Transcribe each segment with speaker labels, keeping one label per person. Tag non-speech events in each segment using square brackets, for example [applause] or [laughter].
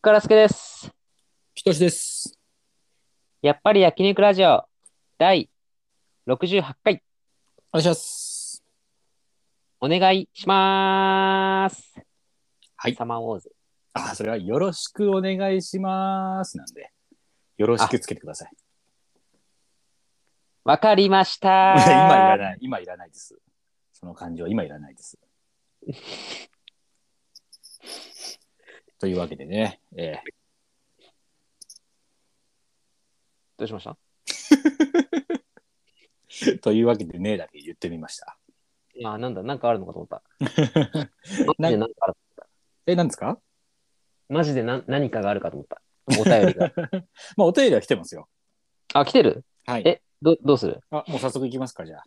Speaker 1: 福原介です。
Speaker 2: ひとしです。
Speaker 1: やっぱり焼肉ラジオ第68回
Speaker 2: お願いします。
Speaker 1: お願いします。
Speaker 2: はい
Speaker 1: サマーウォーズ。
Speaker 2: あ、それはよろしくお願いします。なんで、よろしくつけてください。
Speaker 1: わかりました。
Speaker 2: [laughs] 今いらない。今いらないです。その感情は今いらないです。 [laughs] というわけでね、え
Speaker 1: どうしました
Speaker 2: ー [laughs] というわけでねだけ言ってみました。 [laughs]
Speaker 1: あ、なんだ、なんかあるのかと思った。マジでなんかある
Speaker 2: え、なんですか [laughs]
Speaker 1: マジでな何かがあるかと思った。お便りが。 [laughs]
Speaker 2: まあ、お便りは来てますよ。
Speaker 1: あ、来てる
Speaker 2: はい。
Speaker 1: え、どどうする
Speaker 2: あ、もう早速いきますか、じゃあ。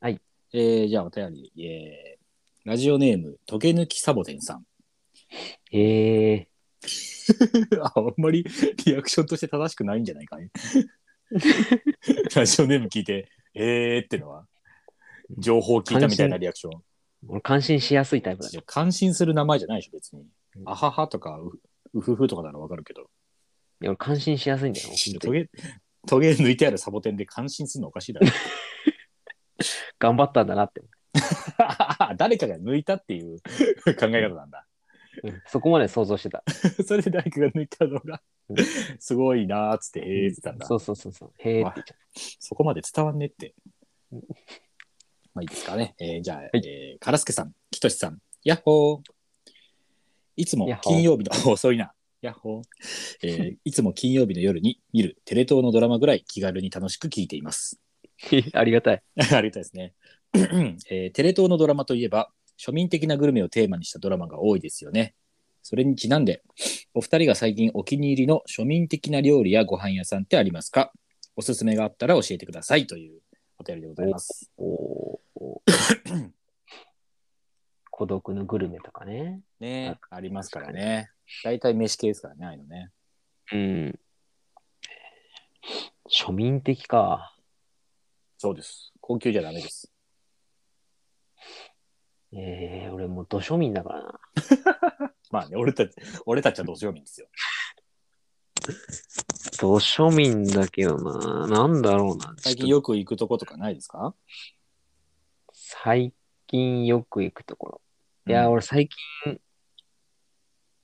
Speaker 1: はい。
Speaker 2: えー、じゃあお便り、えー、ラジオネーム、とけぬきサボテンさん。
Speaker 1: へえ。
Speaker 2: [laughs] ああんまりリアクションとして正しくないんじゃないか
Speaker 1: [laughs]
Speaker 2: ね。ラジオネーム聞いて、えーってのは、情報を聞いたみたいなリアクション。
Speaker 1: 俺、感心しやすいタイプだね。
Speaker 2: 感心する名前じゃないでしょ、別に
Speaker 1: う。ん
Speaker 2: あははとか、ううふふとかならわかるけど、
Speaker 1: いや俺、感心しやすいんだよ。本当
Speaker 2: ト
Speaker 1: に
Speaker 2: ゲ、トゲ抜いてあるサボテンで感心するのおかしい
Speaker 1: [laughs]
Speaker 2: だろ。
Speaker 1: 頑張ったんだなって。
Speaker 2: 誰かが抜いたっていう [laughs] 考え方な
Speaker 1: [laughs]
Speaker 2: んだ。
Speaker 1: うんそこまで想像してた。
Speaker 2: それで誰かが抜いたのが
Speaker 1: うん、
Speaker 2: すごいなーっつって、えーっつったんだ。
Speaker 1: そうそうそうそう。へえって言っちゃ
Speaker 2: そこまで伝わんねって。まあいいですかね。えーじゃあ、えー、からすけさん、きとしさん、やっほー。いつも
Speaker 1: やっほー
Speaker 2: 金曜日の、遅いな。やっほー。えーいつも金曜日の夜に見るテレ東のドラマぐらい気軽に楽しく聞いています。
Speaker 1: [laughs] う。ありがたい。
Speaker 2: [laughs] ありがたいですね、 [clears throat] えーテレ東のドラマといえば、庶民的なグルメをテーマにしたドラマが多いですよね。それにちなんで、お二人が最近お気に入りの庶民的な料理やご飯屋さんってありますかおすすめがあったら教えてくださいというお便りでございます。
Speaker 1: おお [coughs] 孤独のグルメとかね。
Speaker 2: ねありますからね。大体飯系ですからね、ああいうのね。
Speaker 1: うん。庶民的か。
Speaker 2: そうです。高級じゃダメです。
Speaker 1: ええ俺もう土庶民だからな。
Speaker 2: まあね、俺たち、俺たちはどうしようもいいんですよ。
Speaker 1: 土庶民だけどな。なんだろうな。ちょ
Speaker 2: 最近
Speaker 1: っと
Speaker 2: よく行くとことかないですか
Speaker 1: 最近よく行くところ。いや、
Speaker 2: うん
Speaker 1: 俺最近、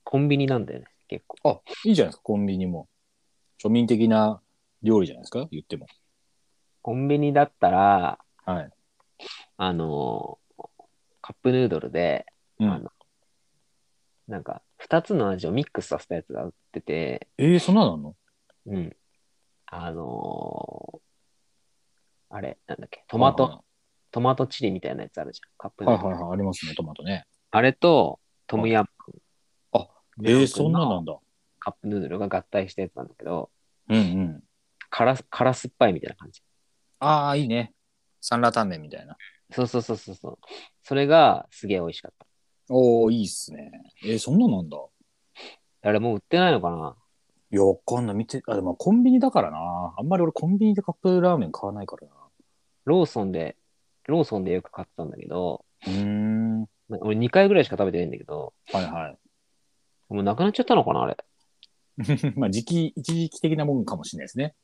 Speaker 1: コンビニなんだよね、結構。
Speaker 2: いいじゃないですか、コンビニも。庶民的な料理じゃないですか、言っても。
Speaker 1: コンビニだったら、
Speaker 2: はい。
Speaker 1: あのーカップヌードルで、
Speaker 2: うん
Speaker 1: あのなんか、二つの味をミックスさせたやつが売ってて、
Speaker 2: えー、そんなのあんの
Speaker 1: うん。あのーあれ、なんだっけ、トマト、トマトチリみたいなやつあるじゃん、カップヌ
Speaker 2: はい
Speaker 1: ード
Speaker 2: はい
Speaker 1: ル。
Speaker 2: はいはい、ありますね、トマトね。
Speaker 1: あれと、トムヤムクン
Speaker 2: えー、そんななんだ。
Speaker 1: カップヌードルが合体したやつなんだけど、
Speaker 2: うんうん。
Speaker 1: 辛す、辛酸っぱいみたいな感じ。
Speaker 2: ああ、いいね。サンラータンメンみたいな。
Speaker 1: そうそうそうそうそう。それがすげえ美味しかった。
Speaker 2: おおいいっすね。えー、そんななんだ。
Speaker 1: あれもう売ってないのかない
Speaker 2: や、わかんない。見て、あ、でもコンビニだからな。あんまり俺コンビニでカップラーメン買わないからな。
Speaker 1: ローソンで、ローソンでよく買ってたんだけど、
Speaker 2: うーん。は
Speaker 1: ま俺2回ぐらいしか食べてないんだけど、
Speaker 2: いは
Speaker 1: もうなくなっちゃったのかなあれ。
Speaker 2: い。 [laughs] まあ、時期、一時期的なもんかもしれないですね。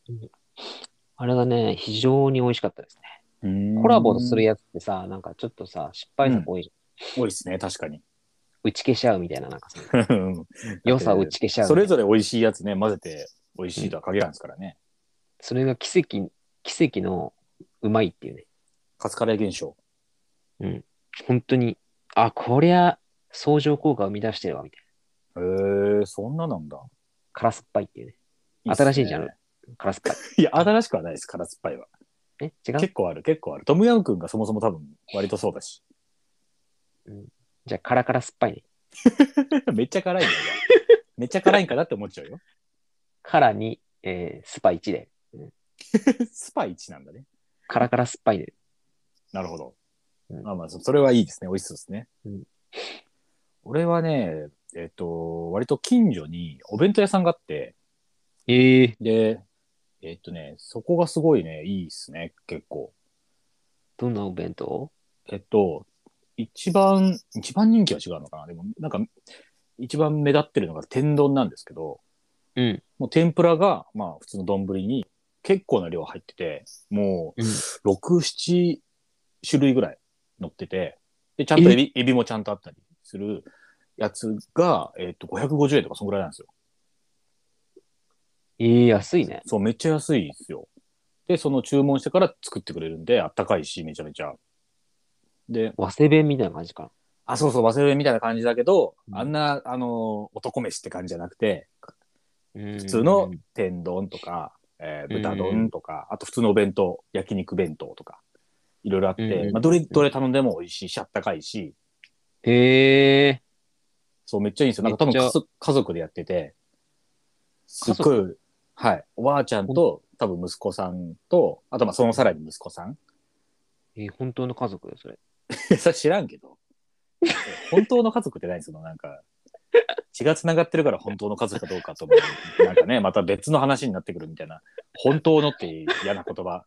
Speaker 1: あれがね、非常に美味しかったですね。
Speaker 2: うーん
Speaker 1: コラボするやつってさ、なんかちょっとさ、失敗作多いじ
Speaker 2: 多いですね、確かに。
Speaker 1: ゃん。打ち消し合うみたいな、なんかその
Speaker 2: うん
Speaker 1: 良さを打ち消し合う。
Speaker 2: それぞれ美味しいやつね、混ぜて美味しいとは限らんですからね。
Speaker 1: それが奇跡、奇跡のうまいっていうね。
Speaker 2: カツカレー現象。
Speaker 1: うん。本当に、あ、こりゃ、相乗効果を生み出してるわ、みたいな。
Speaker 2: へえー、そんななんだ。
Speaker 1: 辛酸っぱいっていうね。
Speaker 2: っすね
Speaker 1: 新しいジャンル。辛酸っ
Speaker 2: いや、新しくはないです、辛酸っぱいは。 [laughs]
Speaker 1: ぱい。え違う
Speaker 2: 結構ある、結構ある。トムヤムくんがそもそも多分割とそうだし。 [laughs]
Speaker 1: じゃあ、辛辛酸っぱいね。
Speaker 2: めっちゃ辛いんだよ。めっちゃ辛いんかなって思っちゃうよ。 [laughs]
Speaker 1: 辛に、えー、スパ1で。
Speaker 2: スパイ1なんだね。
Speaker 1: 辛辛酸っぱいで。
Speaker 2: なるほど。
Speaker 1: うん
Speaker 2: まあまあ、そそれはいいですね。美味しそうですね。
Speaker 1: うん
Speaker 2: 俺はね、えっ、と、割と近所にお弁当屋さんがあって、
Speaker 1: ええ
Speaker 2: で、えっ、とね、そこがすごいね、いいですね、結構。
Speaker 1: どんなお弁当
Speaker 2: えっと、一番、一番人気は違うのかなでも、なんか、一番目立ってるのが天丼なんですけど、
Speaker 1: うん。
Speaker 2: もう天ぷらが、まあ普通の丼に結構な量入ってて、も
Speaker 1: うん
Speaker 2: う6、7種類ぐらい乗ってて、で、ちゃんとエビ、エビもちゃんとあったりするやつが、えっ、と、550円とかそんぐらいなんですよ。
Speaker 1: いい、安いね。
Speaker 2: そう、めっちゃ安いですよ。で、その注文してから作ってくれるんで、あったかいし、めちゃめちゃ。で、
Speaker 1: 和製弁みたいな感じか
Speaker 2: あ、そうそう、忘れるみたいな感じだけど、
Speaker 1: うん
Speaker 2: あんな、あの、男飯って感じじゃなくて、
Speaker 1: な。普
Speaker 2: 普通の天丼とか、えー豚丼とか、あと普通のお弁当、焼肉弁当とか、いろいろあって、
Speaker 1: うんうん
Speaker 2: まあ、どれ、どれ頼んでも美味しいし、あったかいし、
Speaker 1: へえ。
Speaker 2: そう、めっちゃいいんですよ。なんか多分
Speaker 1: めっちゃ
Speaker 2: 家族家族でやってて、すっごい、はい、おばあちゃんと、多分息子さんと、あとまあそのさらに息子さん。 [laughs]
Speaker 1: えー本当の家族よ、それ。 [laughs]
Speaker 2: それ知らんけど。本当の家族ってないそのなんか、血が繋がってるから本当の家族かどうかと思う。なんかね、また別の話になってくるみたいな。本当のって嫌な言葉。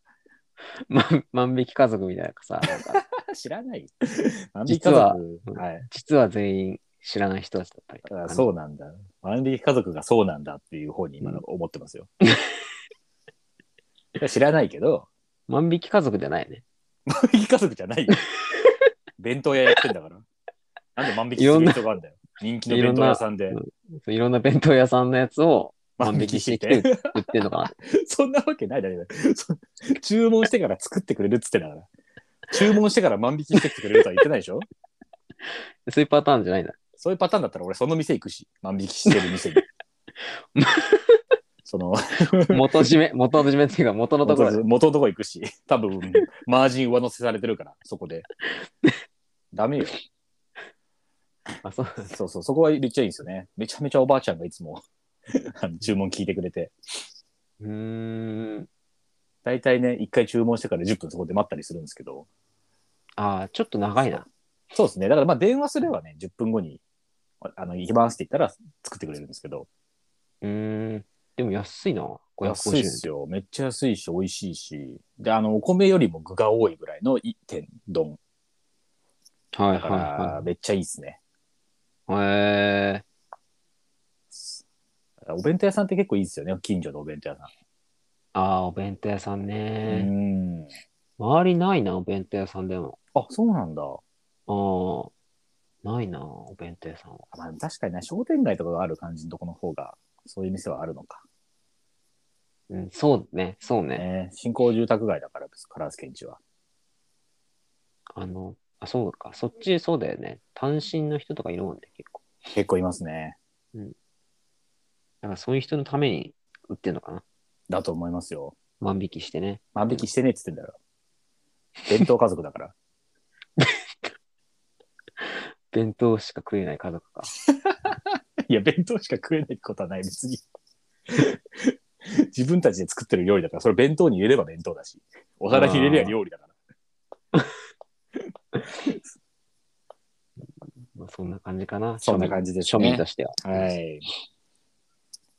Speaker 1: ま、万引き家族みたいなさ、なんか
Speaker 2: 知ら [laughs] ない。万引き
Speaker 1: 実
Speaker 2: 家
Speaker 1: は
Speaker 2: 族。はい
Speaker 1: 実は全員知らない人たちだったりとか
Speaker 2: あ。
Speaker 1: ね
Speaker 2: そうなんだ。万引き家族がそうなんだっていう方に今の思って [laughs] ますよ。知らないけど、
Speaker 1: 万引き家族じゃないね。
Speaker 2: 万引き家族じゃ [laughs] ないよ。弁当屋やってんだから。なんで万引きする必要があるんだよ。人気の弁当屋さんで
Speaker 1: いろそういろんな弁当屋さんのやつを
Speaker 2: 万
Speaker 1: 万
Speaker 2: 引
Speaker 1: 引
Speaker 2: き
Speaker 1: き
Speaker 2: し
Speaker 1: しててき
Speaker 2: きて [laughs]
Speaker 1: て売ってんのか
Speaker 2: そんなわけないだろ。そ注文してから作ってくれるっつってんだから。注文してから万引きしてきてくれるとは言ってないでしょ [laughs]
Speaker 1: な。そういうパターンじゃないんだ。
Speaker 2: そういうパターンだったら俺その店行くし、万引きしてる [laughs] 店に。その
Speaker 1: 元締
Speaker 2: [laughs]
Speaker 1: め、元締めっていうか元のところで。
Speaker 2: 元のとこ行くし、 [laughs] 多分マージン上乗せされてるから、そ
Speaker 1: [laughs]
Speaker 2: こで。ダメよ。
Speaker 1: あ、そう。
Speaker 2: そうそう、そこはめっちゃいいんですよね。めちゃめちゃおばあちゃんがいつも [laughs] あの注文聞いてくれて。
Speaker 1: うーん。
Speaker 2: 大体ね、一回注文してから10分そこで待ったりするんですけど。
Speaker 1: あーちょっと長いな。
Speaker 2: そうですね。だからまあ電話すればね、10分後に、ああの、行きますって言ったら作ってくれるんですけど、
Speaker 1: うーん。でも安いな。
Speaker 2: 安
Speaker 1: 550
Speaker 2: い
Speaker 1: 円。
Speaker 2: ですよ。めっちゃ安いし、美味しいし、で、あの、お米よりも具が多いぐらいの一点丼。
Speaker 1: はいはい
Speaker 2: だから、
Speaker 1: は
Speaker 2: めっちゃいいですね。
Speaker 1: い。へえ
Speaker 2: お弁当屋さんって結構いいですよね、近所のお弁当屋さ
Speaker 1: ああ、お弁当屋さん
Speaker 2: ん。
Speaker 1: ね。
Speaker 2: うん。
Speaker 1: 周りないな、お弁当屋さんでも。
Speaker 2: あ、そうなんだ。
Speaker 1: ああ、ないな、お弁当屋さんは。
Speaker 2: まあ、確かにね、商店街とかがある感じのとこの方が、そういう店はあるのか。
Speaker 1: うん、そうね、そうね。
Speaker 2: ね、新興住宅街だからです、カラスケンチは。
Speaker 1: あの、あ、そうか、そっちそうだよね。単身の人とかいるもんね、結構。
Speaker 2: 結構いますね。
Speaker 1: だからそういう人のために売ってるのかな。
Speaker 2: だと思いますよ。
Speaker 1: 万引きしてね。
Speaker 2: 万引きしてねえっつってんだろ。弁当家族
Speaker 1: [laughs]
Speaker 2: だから。
Speaker 1: 弁当しか食えない家族か。
Speaker 2: いや、弁当しか食えないってことはない、別に。自分たちで作ってる料理だから、それ弁当に入れれば弁当だし、お皿に入れれば料理だから。
Speaker 1: まあ、そんな感じかな。
Speaker 2: そんな感じです
Speaker 1: 庶民庶民
Speaker 2: ね
Speaker 1: と。しては。
Speaker 2: はい。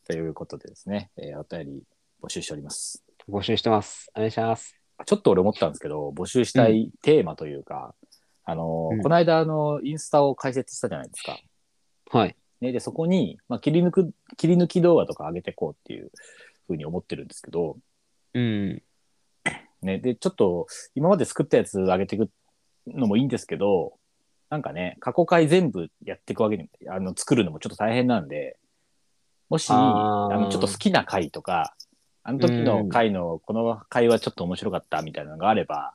Speaker 2: ということでですね、えーお便り募集しております。
Speaker 1: 募集してます。お願いします。
Speaker 2: ちょっと俺思ったんですけど、募集したいテーマというか、あのー
Speaker 1: うん
Speaker 2: この間、あの、インスタを開設したじゃないですか。
Speaker 1: はい。
Speaker 2: ね、で、そこに、まあ、切り抜く、切り抜き動画とか上げてこうっていうふうに思ってるんですけど、
Speaker 1: うん。
Speaker 2: ね、で、ちょっと、今まで作ったやつ上げていくのもいいんですけど、なんかね、過去回全部やっていくわけに、あの、作るのもちょっと大変なんで、もし、あ
Speaker 1: あー
Speaker 2: の、ちょっと好きな回とか、あの時の回の、この回はちょっと面白かったみたいなのがあれば、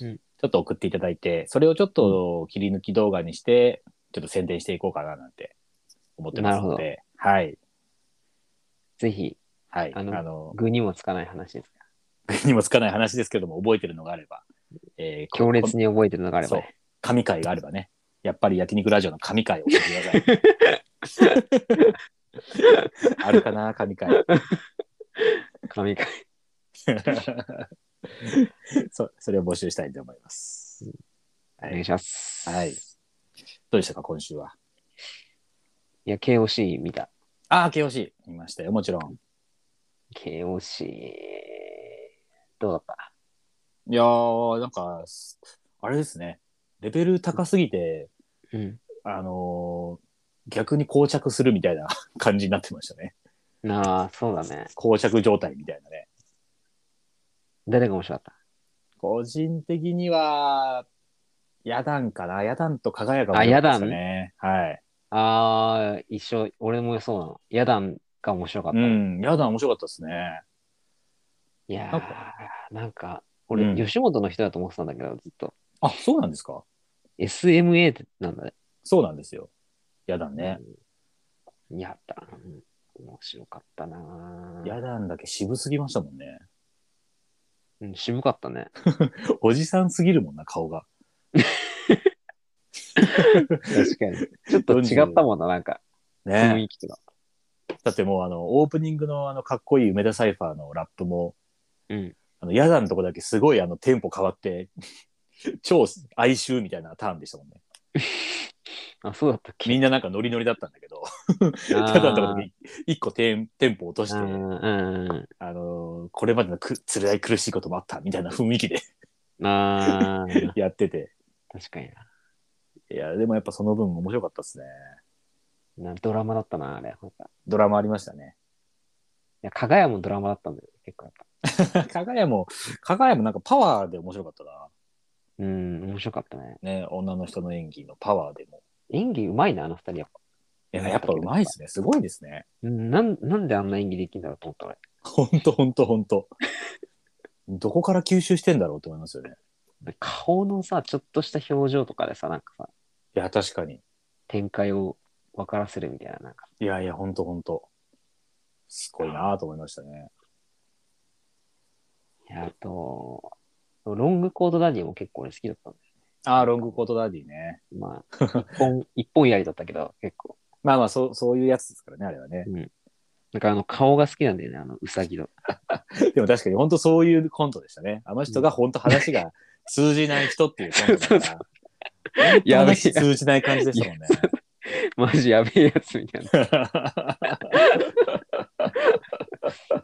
Speaker 1: うん
Speaker 2: ちょっと送っていただいて、それをちょっと切り抜き動画にして、ちょっと宣伝していこうかななんて思ってますの
Speaker 1: な
Speaker 2: で、はい。
Speaker 1: ぜひ、
Speaker 2: はい。
Speaker 1: あの
Speaker 2: あの、 [laughs]
Speaker 1: 具にもつかない話ですが、
Speaker 2: にもつかない話ですけども、覚えてるのがあれば。えー
Speaker 1: 強烈に覚えてるのがあれば、
Speaker 2: そう
Speaker 1: ね。
Speaker 2: 神回があればね、やっぱり焼肉ラジオの神回を教えてください。あるかな、神回。 [laughs]
Speaker 1: 神回。
Speaker 2: そそれを募集したいと思います。は
Speaker 1: お願い
Speaker 2: い。
Speaker 1: します。
Speaker 2: はい。どうでしたか、今週は。
Speaker 1: いや、KOC 見た。
Speaker 2: ああ、KOC。見ましたよ、もちろん。
Speaker 1: KOC、どうだった
Speaker 2: いやー、なんか、あれですね。レベル高すぎて、
Speaker 1: うん。
Speaker 2: あのー逆に膠着するみたいな感じになってましたね。
Speaker 1: なあ、そうだね。
Speaker 2: 膠着状態みたいなね。
Speaker 1: 誰が面白かっ
Speaker 2: 個人的には、ヤダンかな。ヤダンと輝が面白かったですね。はい。
Speaker 1: たああ、一緒、俺もそうなの。ヤダンが面白かった。
Speaker 2: うん、ヤダン面白かったですね。
Speaker 1: いや
Speaker 2: なん
Speaker 1: ー、なんか、
Speaker 2: うん
Speaker 1: 俺、吉本の人だと思ってたんだけど、ずっと。
Speaker 2: あ、そうなんですか
Speaker 1: SMA ってなんだね。
Speaker 2: そうなんですよ。ヤダンね。
Speaker 1: うん。やった。うん面白かったなー
Speaker 2: ヤダンだけ渋すぎましたもんね。
Speaker 1: うん、渋かったね。
Speaker 2: [laughs] おじさんすぎるもんな、顔が。
Speaker 1: 確かに。ちょっと違ったもんな、なんか、雰
Speaker 2: ね
Speaker 1: 囲気とか。
Speaker 2: だってもうあの、オープニングのあの、かっこいい梅田サイファーのラップも、
Speaker 1: うん。
Speaker 2: あの、ヤダンのとこだけすごいあの、テンポ変わって、 [laughs] 超哀愁みたいなターンでしたもんね。
Speaker 1: あ、そうだったっけ
Speaker 2: みんななんかノリノリだったんだけど、
Speaker 1: あ
Speaker 2: ヤ
Speaker 1: ー
Speaker 2: ダンのとこだけ一個テンテンポ落として、
Speaker 1: うんうん
Speaker 2: あのーこれまでのく辛い苦しいこともあったみたいな雰囲気で
Speaker 1: うん。ああ、
Speaker 2: やってて。
Speaker 1: 確かにな。
Speaker 2: いや、でもやっぱその分面白かったですね。
Speaker 1: なドラマだったな、あれ。なんかい
Speaker 2: ドラマありました [laughs] ね。
Speaker 1: や、かがやもドラマだったんだよ、結構やっぱ。
Speaker 2: かがやも、かがやもなんかパワーで面白かったな。
Speaker 1: うん、面白かったね。
Speaker 2: ね、女の人の演技のパワーでも。
Speaker 1: 演技うまいな、あの二人やっぱ。
Speaker 2: いや、やっぱうまいですね。すごいですね。
Speaker 1: うんなんなんであんな演技できるんだろうと思った、俺。
Speaker 2: ほんとほんとほんと。どこから吸収してんだろうと思いますよね。
Speaker 1: 顔のさ、ちょっとした表情とかでさ、なんかさ、
Speaker 2: いや、確かに。
Speaker 1: 展開を分からせるみたいな、なんか、
Speaker 2: いやいや、ほんとほんと。すごいなと思いましたね。
Speaker 1: いやあと、ロングコートダディも結構俺好きだったんだ
Speaker 2: ああ、ロングコートダディね。
Speaker 1: よ。まあ、一
Speaker 2: [laughs]
Speaker 1: 本、一本やりだったけど、結構。
Speaker 2: まあまあ、そう、そういうやつですからね、あれはね。
Speaker 1: なんかあの、顔が好きなんだよね、あの、うさぎの。
Speaker 2: でも確かに本当そういうコントでしたね。あの人が本当話が通じない人っていうコントだから。本当
Speaker 1: やべえ
Speaker 2: 話通じない感じでしたもんね。
Speaker 1: マジやべえやつみたいな。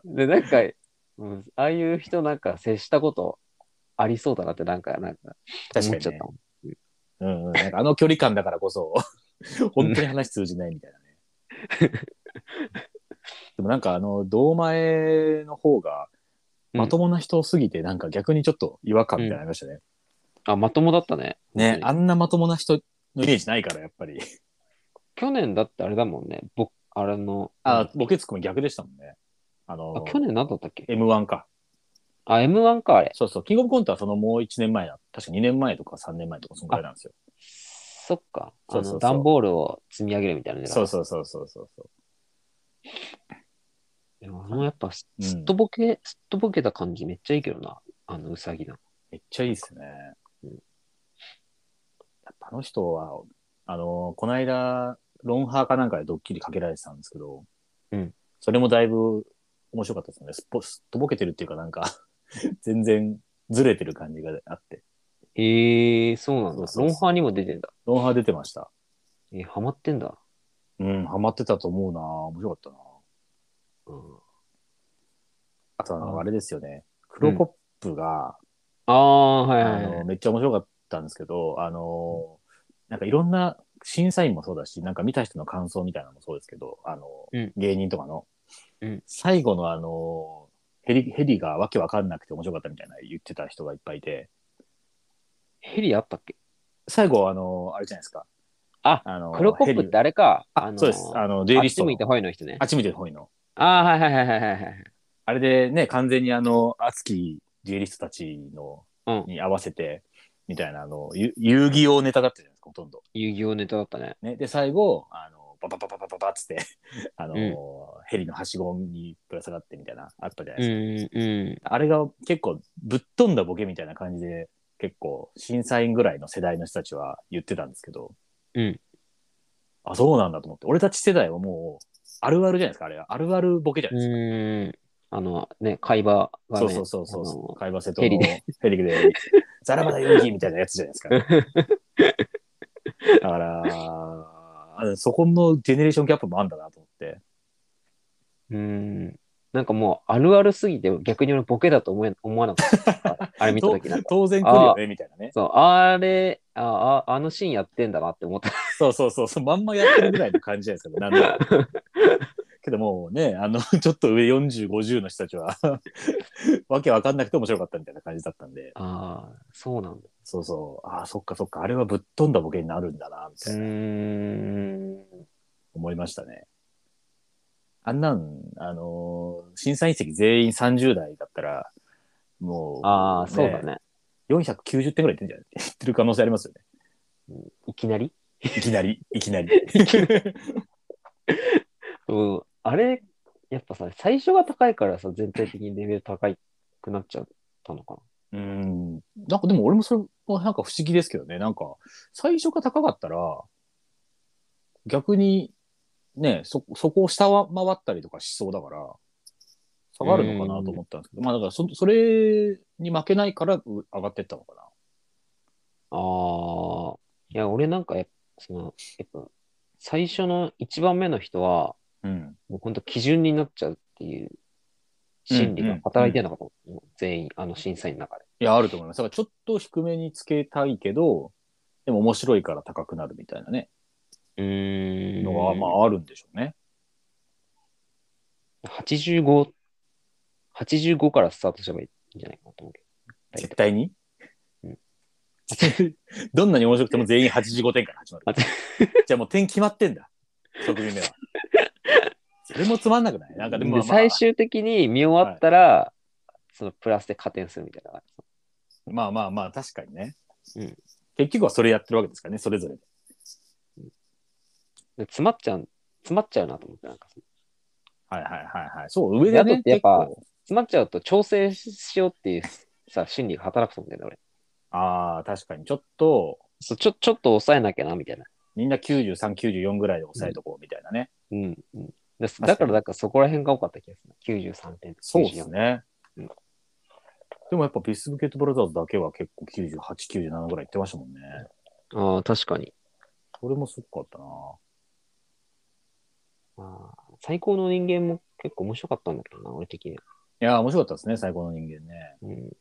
Speaker 1: で、なんか、うん、ああいう人なんか接したことありそうだなって、なんか、なんか、
Speaker 2: 確
Speaker 1: 思
Speaker 2: か
Speaker 1: っちゃ
Speaker 2: に
Speaker 1: っ
Speaker 2: ね
Speaker 1: た。もん。
Speaker 2: うんうん、なんかあの距離感だからこそ、本当に話通じないみたいなね。でもなんかあの、堂前の方が、
Speaker 1: うん
Speaker 2: まともな人すぎて、なんか逆にちょっと違和感みたいなのありましたね。
Speaker 1: あ、まともだったね。
Speaker 2: ね
Speaker 1: う、ん
Speaker 2: あんなまともな人のイメージないから、やっぱり。
Speaker 1: 去年だってあれだもんね。僕、あれの。
Speaker 2: あ、ボケツッコミ逆でしたもんね。あ
Speaker 1: あ
Speaker 2: の、
Speaker 1: 去年何だったっけ
Speaker 2: M1 か。
Speaker 1: あ、M1 か、あれ。
Speaker 2: そうそう、キングオブコントはそのもう1年前だ。確か2年前とか3年前とか、そんくらいなんですよ。
Speaker 1: そっか。あ
Speaker 2: そうそうそう
Speaker 1: の、段ボールを積み上げるみたいなね。
Speaker 2: そうそうそうそうそうそう。
Speaker 1: でもあの、やっぱ、す
Speaker 2: うん
Speaker 1: っとぼけ、すっとぼけた感じめっちゃいいけどな。あの、うさぎの。
Speaker 2: めっちゃいいですね。
Speaker 1: うん
Speaker 2: やっぱあの人は、あの、この間、ロンハーかなんかでドッキリかけられてたんですけど、
Speaker 1: うん
Speaker 2: それもだいぶ面白かったですね。すっぽすっとぼけてるっていうか、なんか、 [laughs] 全然ずれてる感じがあって。
Speaker 1: へえー、そうなん
Speaker 2: そう
Speaker 1: だ。
Speaker 2: そうそう
Speaker 1: ロンハーにも出てんだ。
Speaker 2: ロンハー出てました。
Speaker 1: えー、ハマってんだ。
Speaker 2: うん、ハマってたと思うな面白かったな
Speaker 1: うん、
Speaker 2: あとあ
Speaker 1: う
Speaker 2: の、
Speaker 1: ん
Speaker 2: あれですよね。クロコップが、
Speaker 1: ああ、はいは
Speaker 2: あ
Speaker 1: い
Speaker 2: の、
Speaker 1: はい。
Speaker 2: めっちゃ面白かったんですけど、あの、なんかいろんな審査員もそうだし、なんか見た人の感想みたいなのもそうですけど、あの、
Speaker 1: うん
Speaker 2: 芸人とかの、
Speaker 1: うん
Speaker 2: 最後のあの、ヘリ、ヘリがわけわかんなくて面白かったみたいな言ってた人がいっぱいいて、
Speaker 1: ヘリあったっけ
Speaker 2: 最後あの、あれじゃないですか。
Speaker 1: あ
Speaker 2: の
Speaker 1: クロコップって
Speaker 2: ヘリ
Speaker 1: あれか。
Speaker 2: あ、そうです。あの、デュエ
Speaker 1: あ
Speaker 2: リ
Speaker 1: っ
Speaker 2: ス
Speaker 1: ち
Speaker 2: トの
Speaker 1: 向いてほいの人ね
Speaker 2: あ。っち向いてほいの。
Speaker 1: ああ、はいはいはいはいはいはい。
Speaker 2: あれでね、完全にあの、熱きデュエリストたちの、
Speaker 1: うん
Speaker 2: に合わせて、みたいな、あの、ゆ遊戯王ネタだったじゃないですか、ほとんど。
Speaker 1: 遊戯王ネタだったね。
Speaker 2: ね、で、最後、あの、バババババババっつって、あの、
Speaker 1: うん
Speaker 2: ヘリのはしごにぶら下がってみたいな、あったじゃな
Speaker 1: う
Speaker 2: いですか。
Speaker 1: んう
Speaker 2: あれが結構ぶっ飛んだボケみたいな感じで、結構審査員ぐらいの世代の人たちは言ってたんですけど、
Speaker 1: うん
Speaker 2: あ、そうなんだと思って、俺たち世代はもう、あるあるじゃないですか、あれは。あるあるボケじゃ
Speaker 1: ん。
Speaker 2: ないですか。
Speaker 1: うん。あのね、海馬が
Speaker 2: そう
Speaker 1: ね。
Speaker 2: そうそうそうそう。会話瀬戸
Speaker 1: ヘ
Speaker 2: の
Speaker 1: リで
Speaker 2: ヘリ
Speaker 1: [laughs]
Speaker 2: で、ザラバダヨギみたいなやつじゃないですか。だから、あのそこのジェネレーションギャップもあんだなと思って。
Speaker 1: あのうん。なんかもうあるあるすぎて逆に俺ボケだと思え思わなかった。あれ見たときなんか。
Speaker 2: 当然来るよねみたいなね
Speaker 1: [laughs] そう、あれ、あ、ああのシーンやってんだなって思った。
Speaker 2: そうそうそうそうまんまやってるぐらいの感じじゃないですか、ね、なんだろうけどもうねあのちょっと上4050の人たちは [laughs] わけわかんなくて面白かったみたいな感じだったんで
Speaker 1: [laughs] ああ、そうなんだ。
Speaker 2: そうそうああそっかそっかあれはぶっ飛んだボケになるんだなみた
Speaker 1: う
Speaker 2: いな
Speaker 1: ーん。
Speaker 2: 思いましたね。あんなん、あのー審査員席全員30代だったら、もう、
Speaker 1: ああ、そうだね。
Speaker 2: 490点ぐらいいってんじゃない [laughs] いってる可能性ありますよね。
Speaker 1: いきなり
Speaker 2: いきなり、いきなり。
Speaker 1: うん。あれ、やっぱさ、最初が高いからさ、全体的にレベル高いくなっちゃったのかな。
Speaker 2: うん。なんかでも俺もそれはなんか不思議ですけどね。なんか、最初が高かったら、逆に、ね、そ、そこを下は回ったりとかしそうだから、下がるのかなと思ったんですけど、まあだからそ、それに負けないからう上がってったのかな。
Speaker 1: ああ。いや、俺なんかやっぱ、その、やっぱ、最初の1番目の人は、
Speaker 2: うん。
Speaker 1: もう本当基準になっちゃうっていう心理が働いてるのかと思う。全員、あの審査員の中で。
Speaker 2: いや、あると思います。だからちょっと低めにつけたいけど、でも面白いから高くなるみたいなね、
Speaker 1: うーん
Speaker 2: のが、まああるんでしょうね。
Speaker 1: 85、85からスタートすればいいんじゃないかなと思うけ
Speaker 2: 絶対に
Speaker 1: うん。
Speaker 2: [laughs] どんなに面白くても全員85点から始ま
Speaker 1: あ
Speaker 2: る。 [laughs] じゃあもう点決まってんだ。1組
Speaker 1: [laughs]
Speaker 2: 目は。それもつまんなくないなんか
Speaker 1: ど。
Speaker 2: でもまあ、
Speaker 1: で
Speaker 2: まあ
Speaker 1: 最終的に見終わったら、そのプラスで加点するみたいな感じ。
Speaker 2: まあまあまあ、確かにね。
Speaker 1: うん
Speaker 2: 結局はそれやってるわけですからね、それぞれで。
Speaker 1: で詰まっちゃう、詰まっちゃうなと思って、なんかその
Speaker 2: はいはいはいはい。そう、上で
Speaker 1: だっ
Speaker 2: ね、
Speaker 1: てやっぱ
Speaker 2: 結構
Speaker 1: 詰まっちゃうと調整しようっていうさ、心理が働くと思うんだよね、俺。
Speaker 2: ああ、確かに。ちょっと、
Speaker 1: そうちょ、ちょっと抑えなきゃな、みたいな。
Speaker 2: みんな93、94ぐらいで抑えとこうみたいなね。
Speaker 1: うん。うん、で
Speaker 2: かに
Speaker 1: だから、だからそこら辺が多かった気がする。93点。
Speaker 2: そうです
Speaker 1: 94。
Speaker 2: ね。
Speaker 1: うん
Speaker 2: でもやっぱビスブケットブラザーズだけは結構98、97ぐらい行ってましたもんね。
Speaker 1: ああ、確かに。
Speaker 2: それもすごかったな。
Speaker 1: ああ最高の人間も結構面白かったんだけどな、俺的には。
Speaker 2: いやー、面白かったですね、最高の人間ね。
Speaker 1: うん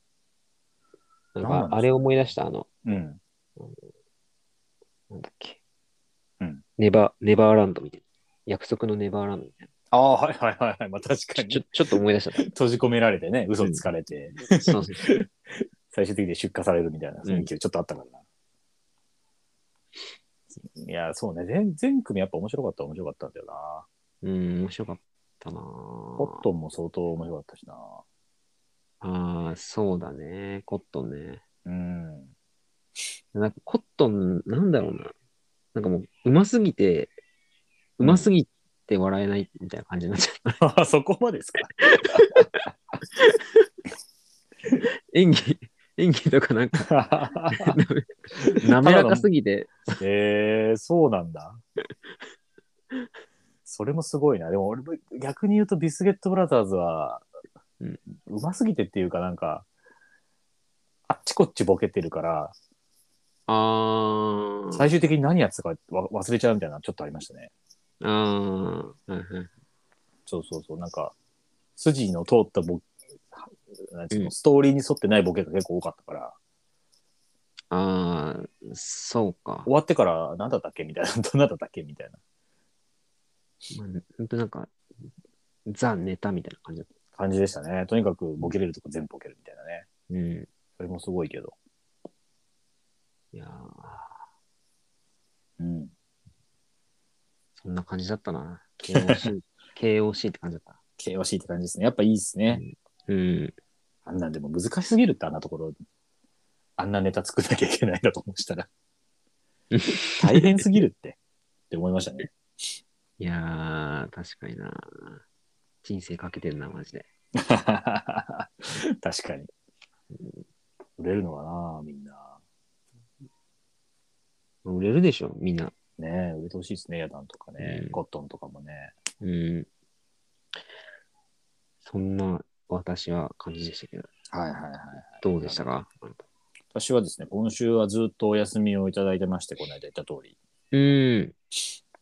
Speaker 2: なん
Speaker 1: な
Speaker 2: なんで
Speaker 1: ん
Speaker 2: す
Speaker 1: か、
Speaker 2: か
Speaker 1: あれ思い出した、あの、
Speaker 2: うん。
Speaker 1: なんだっけ。
Speaker 2: うん
Speaker 1: ネバ、ネバーランドみたいな。約束のネバーランドみたい
Speaker 2: ああ、はいはいはいはい。まあ確か
Speaker 1: な。ちょ
Speaker 2: に。、
Speaker 1: ちょっと思い出しちゃっ
Speaker 2: 閉じ込められてね、嘘つかれて、
Speaker 1: た。そうそうそう
Speaker 2: 最終的に出荷されるみたいな雰囲気ちょっとあったからな。いやー、そうね。全、全組やっぱ面白かった、面白かったんだよな。
Speaker 1: うん、面白かったな
Speaker 2: コットンも相当面白かったしな。
Speaker 1: ああー、そうだね。コットンね。
Speaker 2: うん。
Speaker 1: なんか、コットン、なんだろうな。なんかもう、うますぎて、うますぎて笑えないみたいな感じになっちゃった。 [laughs]
Speaker 2: あ [laughs] ーそこまでですか。
Speaker 1: 演技、演技とかなん
Speaker 2: [laughs]
Speaker 1: か、滑らかすぎて、
Speaker 2: えー、そうなんだ。それもすごいな。でも俺も逆に言うとビスケットブラザーズは、
Speaker 1: う
Speaker 2: うんますぎてっていうかなんか、あっちこっちボケてるから、
Speaker 1: ああ、
Speaker 2: 最終的に何やってたかわ忘れちゃうみたいなのちょっとありましたね。
Speaker 1: ああ、はいはい。
Speaker 2: そうそうそう。なんか、筋の通ったボなんていう
Speaker 1: う
Speaker 2: の
Speaker 1: ん
Speaker 2: ストーリーに沿ってないボケが結構多かったから、
Speaker 1: ああ、そうか。
Speaker 2: 終わってから何だったっけみたいな、 [laughs] 何だったっけみたいな
Speaker 1: まあ、本当なんか、ザ・ネタみたいな感じだっ
Speaker 2: 感じでしたね。とにかくボケれるとこ全部ボケるみたいなね。
Speaker 1: た。うん。い
Speaker 2: それもすごいけど。
Speaker 1: やー
Speaker 2: うん。
Speaker 1: そんな感じだったな。KOC、KOC って感じだった。
Speaker 2: KOC って感じですね。やっぱいいですね。
Speaker 1: うん。
Speaker 2: あんなんでも難しすぎるってあんなところ、あんなネタ作んなきゃいけないんだと思うしたら。大変すぎるって、って思いましたね。 [laughs]
Speaker 1: いやー、確かにな。人生かけてんな、マジで。
Speaker 2: 確かに。売れるのかなみんな。
Speaker 1: 売れるでしょ、みんな。
Speaker 2: ねえ売れてほしいですね。ヤダンとかね、
Speaker 1: うん
Speaker 2: コットンとかもね。
Speaker 1: うん。そんな私は感じでしたけど、
Speaker 2: はいはいはい。
Speaker 1: どうでしたか
Speaker 2: 私はですね、今週はずっとお休みをいただいてまして、この間言った通り。
Speaker 1: うん。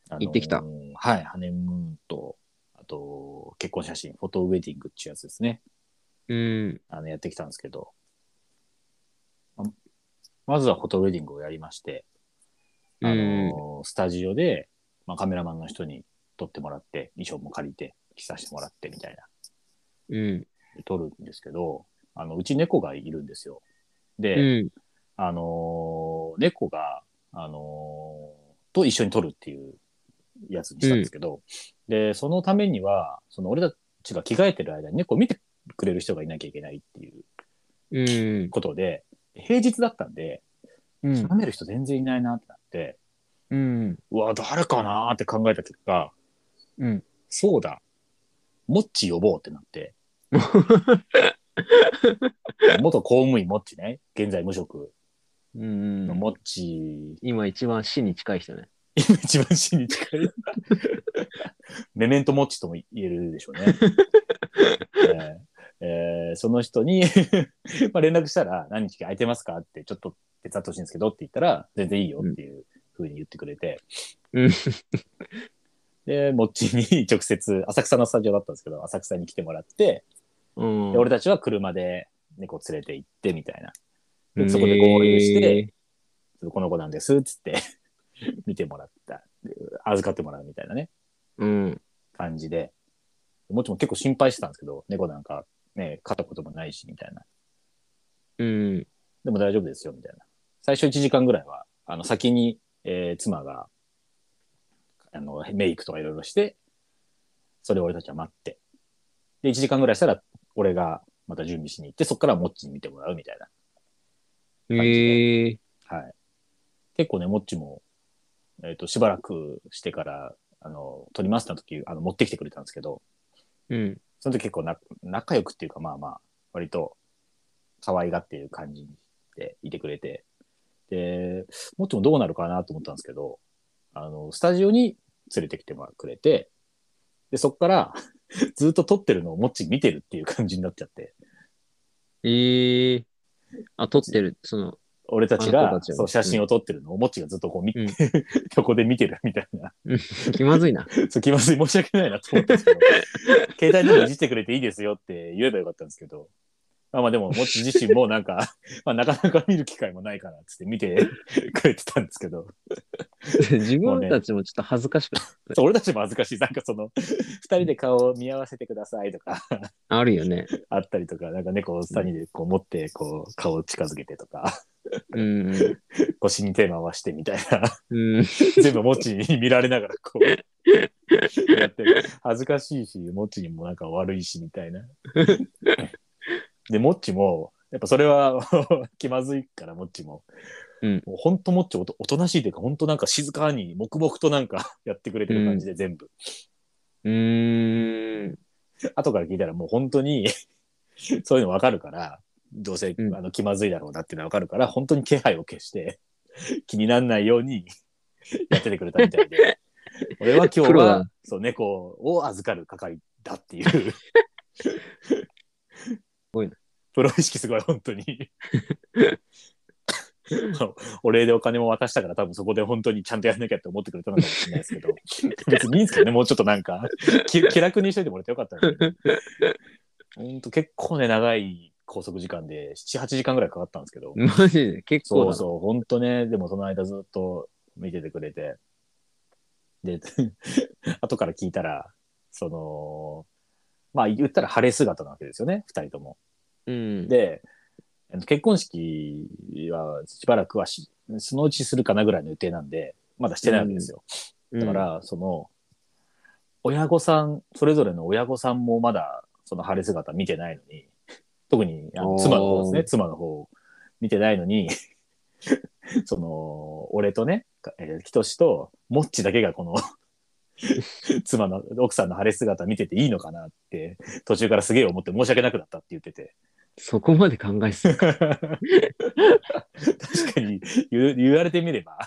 Speaker 2: あのー
Speaker 1: 行ってきた。
Speaker 2: はい、ハネムーンと、ああと、結婚写真、フォトウェディングっていうやつですね。
Speaker 1: うん。
Speaker 2: あの、やってきたんですけど、ままずはフォトウェディングをやりまして、あのスタジオで、まあ、カメラマンの人に撮ってもらって、衣装も借りて、着させてもらってみたいな、
Speaker 1: うん。
Speaker 2: で撮るんですけど、あの、うち猫がいるんですよ。で、
Speaker 1: うん。
Speaker 2: あのー猫が、あのーと一緒に撮るっていうやつにしたんですけど、で、そのためには、その俺たちが着替えてる間に猫を見てくれる人がいなきゃいけないっていう
Speaker 1: うん。
Speaker 2: ことで、平日だったんで、
Speaker 1: うん
Speaker 2: 舐める人全然いないなってなって、
Speaker 1: うん。
Speaker 2: うわ、誰かなーって考えた結果、
Speaker 1: うん。
Speaker 2: そうだ、モッチ呼ぼうって
Speaker 1: [laughs]
Speaker 2: なって、元公務員モッチね、現在無職
Speaker 1: うん
Speaker 2: の。モッチ
Speaker 1: 今一番死に近い人ね。
Speaker 2: 一番死に近い。メメントモッチとも言えるでしょうね。えーえーその人に [laughs] まあ連絡したら何日か空いてますかってちょっと手伝ってほしいんですけどって言ったら全然いいよっていうふうに言ってくれて、
Speaker 1: うん
Speaker 2: で、モッチに直接浅草のスタジオだったんですけど浅草に来てもらって、
Speaker 1: うん
Speaker 2: で俺たちは車で猫連れて行ってみたいな。でそこで合流して、この子なんですっつって見てもらった預かってもらうみたいなね
Speaker 1: えー。うん。
Speaker 2: 感じで、もちも結構心配してたんですけど、猫なんかね、飼ったこともないし、みたいな。
Speaker 1: うん。
Speaker 2: でも大丈夫ですよ、みたいな。最初1時間ぐらいは、あの、先に、えー妻が、あの、メイクとかいろいろして、それを俺たちは待って。で、1時間ぐらいしたら、俺がまた準備しに行って、そっからモッチに見てもらうみたい
Speaker 1: えー。
Speaker 2: な。はい。結構ね、モッチも、えっ、と、しばらくしてから、あの、撮りますってな時、あの、持ってきてくれたんですけど、
Speaker 1: うん。
Speaker 2: その時結構な仲良くっていうか、まあまあ、割と可愛がっていう感じにしていてくれて、で、もっともどうなるかなと思ったんですけど、あの、スタジオに連れてきてもらくれて、で、そっから [laughs] ずっと撮ってるのをもっち見てるっていう感じになっちゃって、
Speaker 1: えー。あ、撮ってる。その、
Speaker 2: 俺たち
Speaker 1: あの
Speaker 2: が
Speaker 1: 子たちを
Speaker 2: そう写真を撮ってるのをもっちがずっとこう見て、 [laughs]
Speaker 1: うん
Speaker 2: 横で見てるみたいな、
Speaker 1: 気まずいな。
Speaker 2: そう気まずい申し訳ないなと思ったんですけど、携帯でもいじってくれていいですよって言えばよかったんですけど、まあまあでも、もっち自身もなんか、 [laughs] まあなかなか見る機会もないからっつって見てくれてたんですけど、
Speaker 1: 自分たちもちょっと恥ずかしくなる
Speaker 2: そう俺たちも恥ずかしい、なんかその、二人で顔を見合わせてくださいとか、
Speaker 1: あるよね。
Speaker 2: あったりとか、なんか猫を下にでこう持って、こう顔を近づけてとか、
Speaker 1: うん。
Speaker 2: 腰に手回してみたいな、
Speaker 1: うん。 [laughs]
Speaker 2: 全部もっちに見られながらこう、やってる恥ずかしいし、もっちにもなんか悪いしみたいな。で、もっちも、やっぱそれは [laughs] 気まずいから、もっちも。
Speaker 1: うん
Speaker 2: もうほんともっちおとおとなしいというか、ほんとなんか静かに、黙々となんかやってくれてる感じで全部。
Speaker 1: うん。 [laughs]
Speaker 2: [laughs] 後から聞いたらもう本当に、 [laughs] そういうのわかるから、どうせ、
Speaker 1: うん
Speaker 2: あの気まずいだろうなっていうのはわかるから、本当に気配を消して、 [laughs] 気にならないように [laughs] やっててくれたみた
Speaker 1: [laughs]
Speaker 2: いで。俺は今日
Speaker 1: プロ
Speaker 2: は
Speaker 1: だ、
Speaker 2: そう、猫を預かる係だっていう。
Speaker 1: [laughs]
Speaker 2: す
Speaker 1: ごいな。
Speaker 2: [laughs] プロ意識すごい、本当に。お礼でお金も渡したから多分そこで本当にちゃんとやんなきゃって思ってくれたのかもしれないですけど [laughs] 別にいいんですけどねもうちょっとなんか気気楽にしといてもらってよかったのにほんと結構ね長い拘束時間で78時間ぐらいかかったんですけど
Speaker 1: マジで、結構
Speaker 2: そ
Speaker 1: だ
Speaker 2: うそうほんとねでもその間ずっと見ててくれてで [laughs] 後から聞いたらそのまあ言ったら晴れ姿なわけですよね2人とも。
Speaker 1: うん。
Speaker 2: で、えっと結婚式はしばらくはし、そのうちするかなぐらいの予定なんで、まだしてないわけですよ。
Speaker 1: うん、
Speaker 2: だから、その、親御さん、それぞれの親御さんもまだ、その晴れ姿見てないのに、 [laughs] 特にあの
Speaker 1: おー
Speaker 2: 妻の方ですね、妻の方見てないのに、 [laughs] その、俺とね、かえー、ひとしと、もっちだけがこの、 [laughs] 妻の、奥さんの晴れ姿見てていいのかなって、途中からすげえ思って申し訳なくなったって言ってて。
Speaker 1: そこまで考えすぎ。
Speaker 2: [laughs] 確かに言う言われてみれば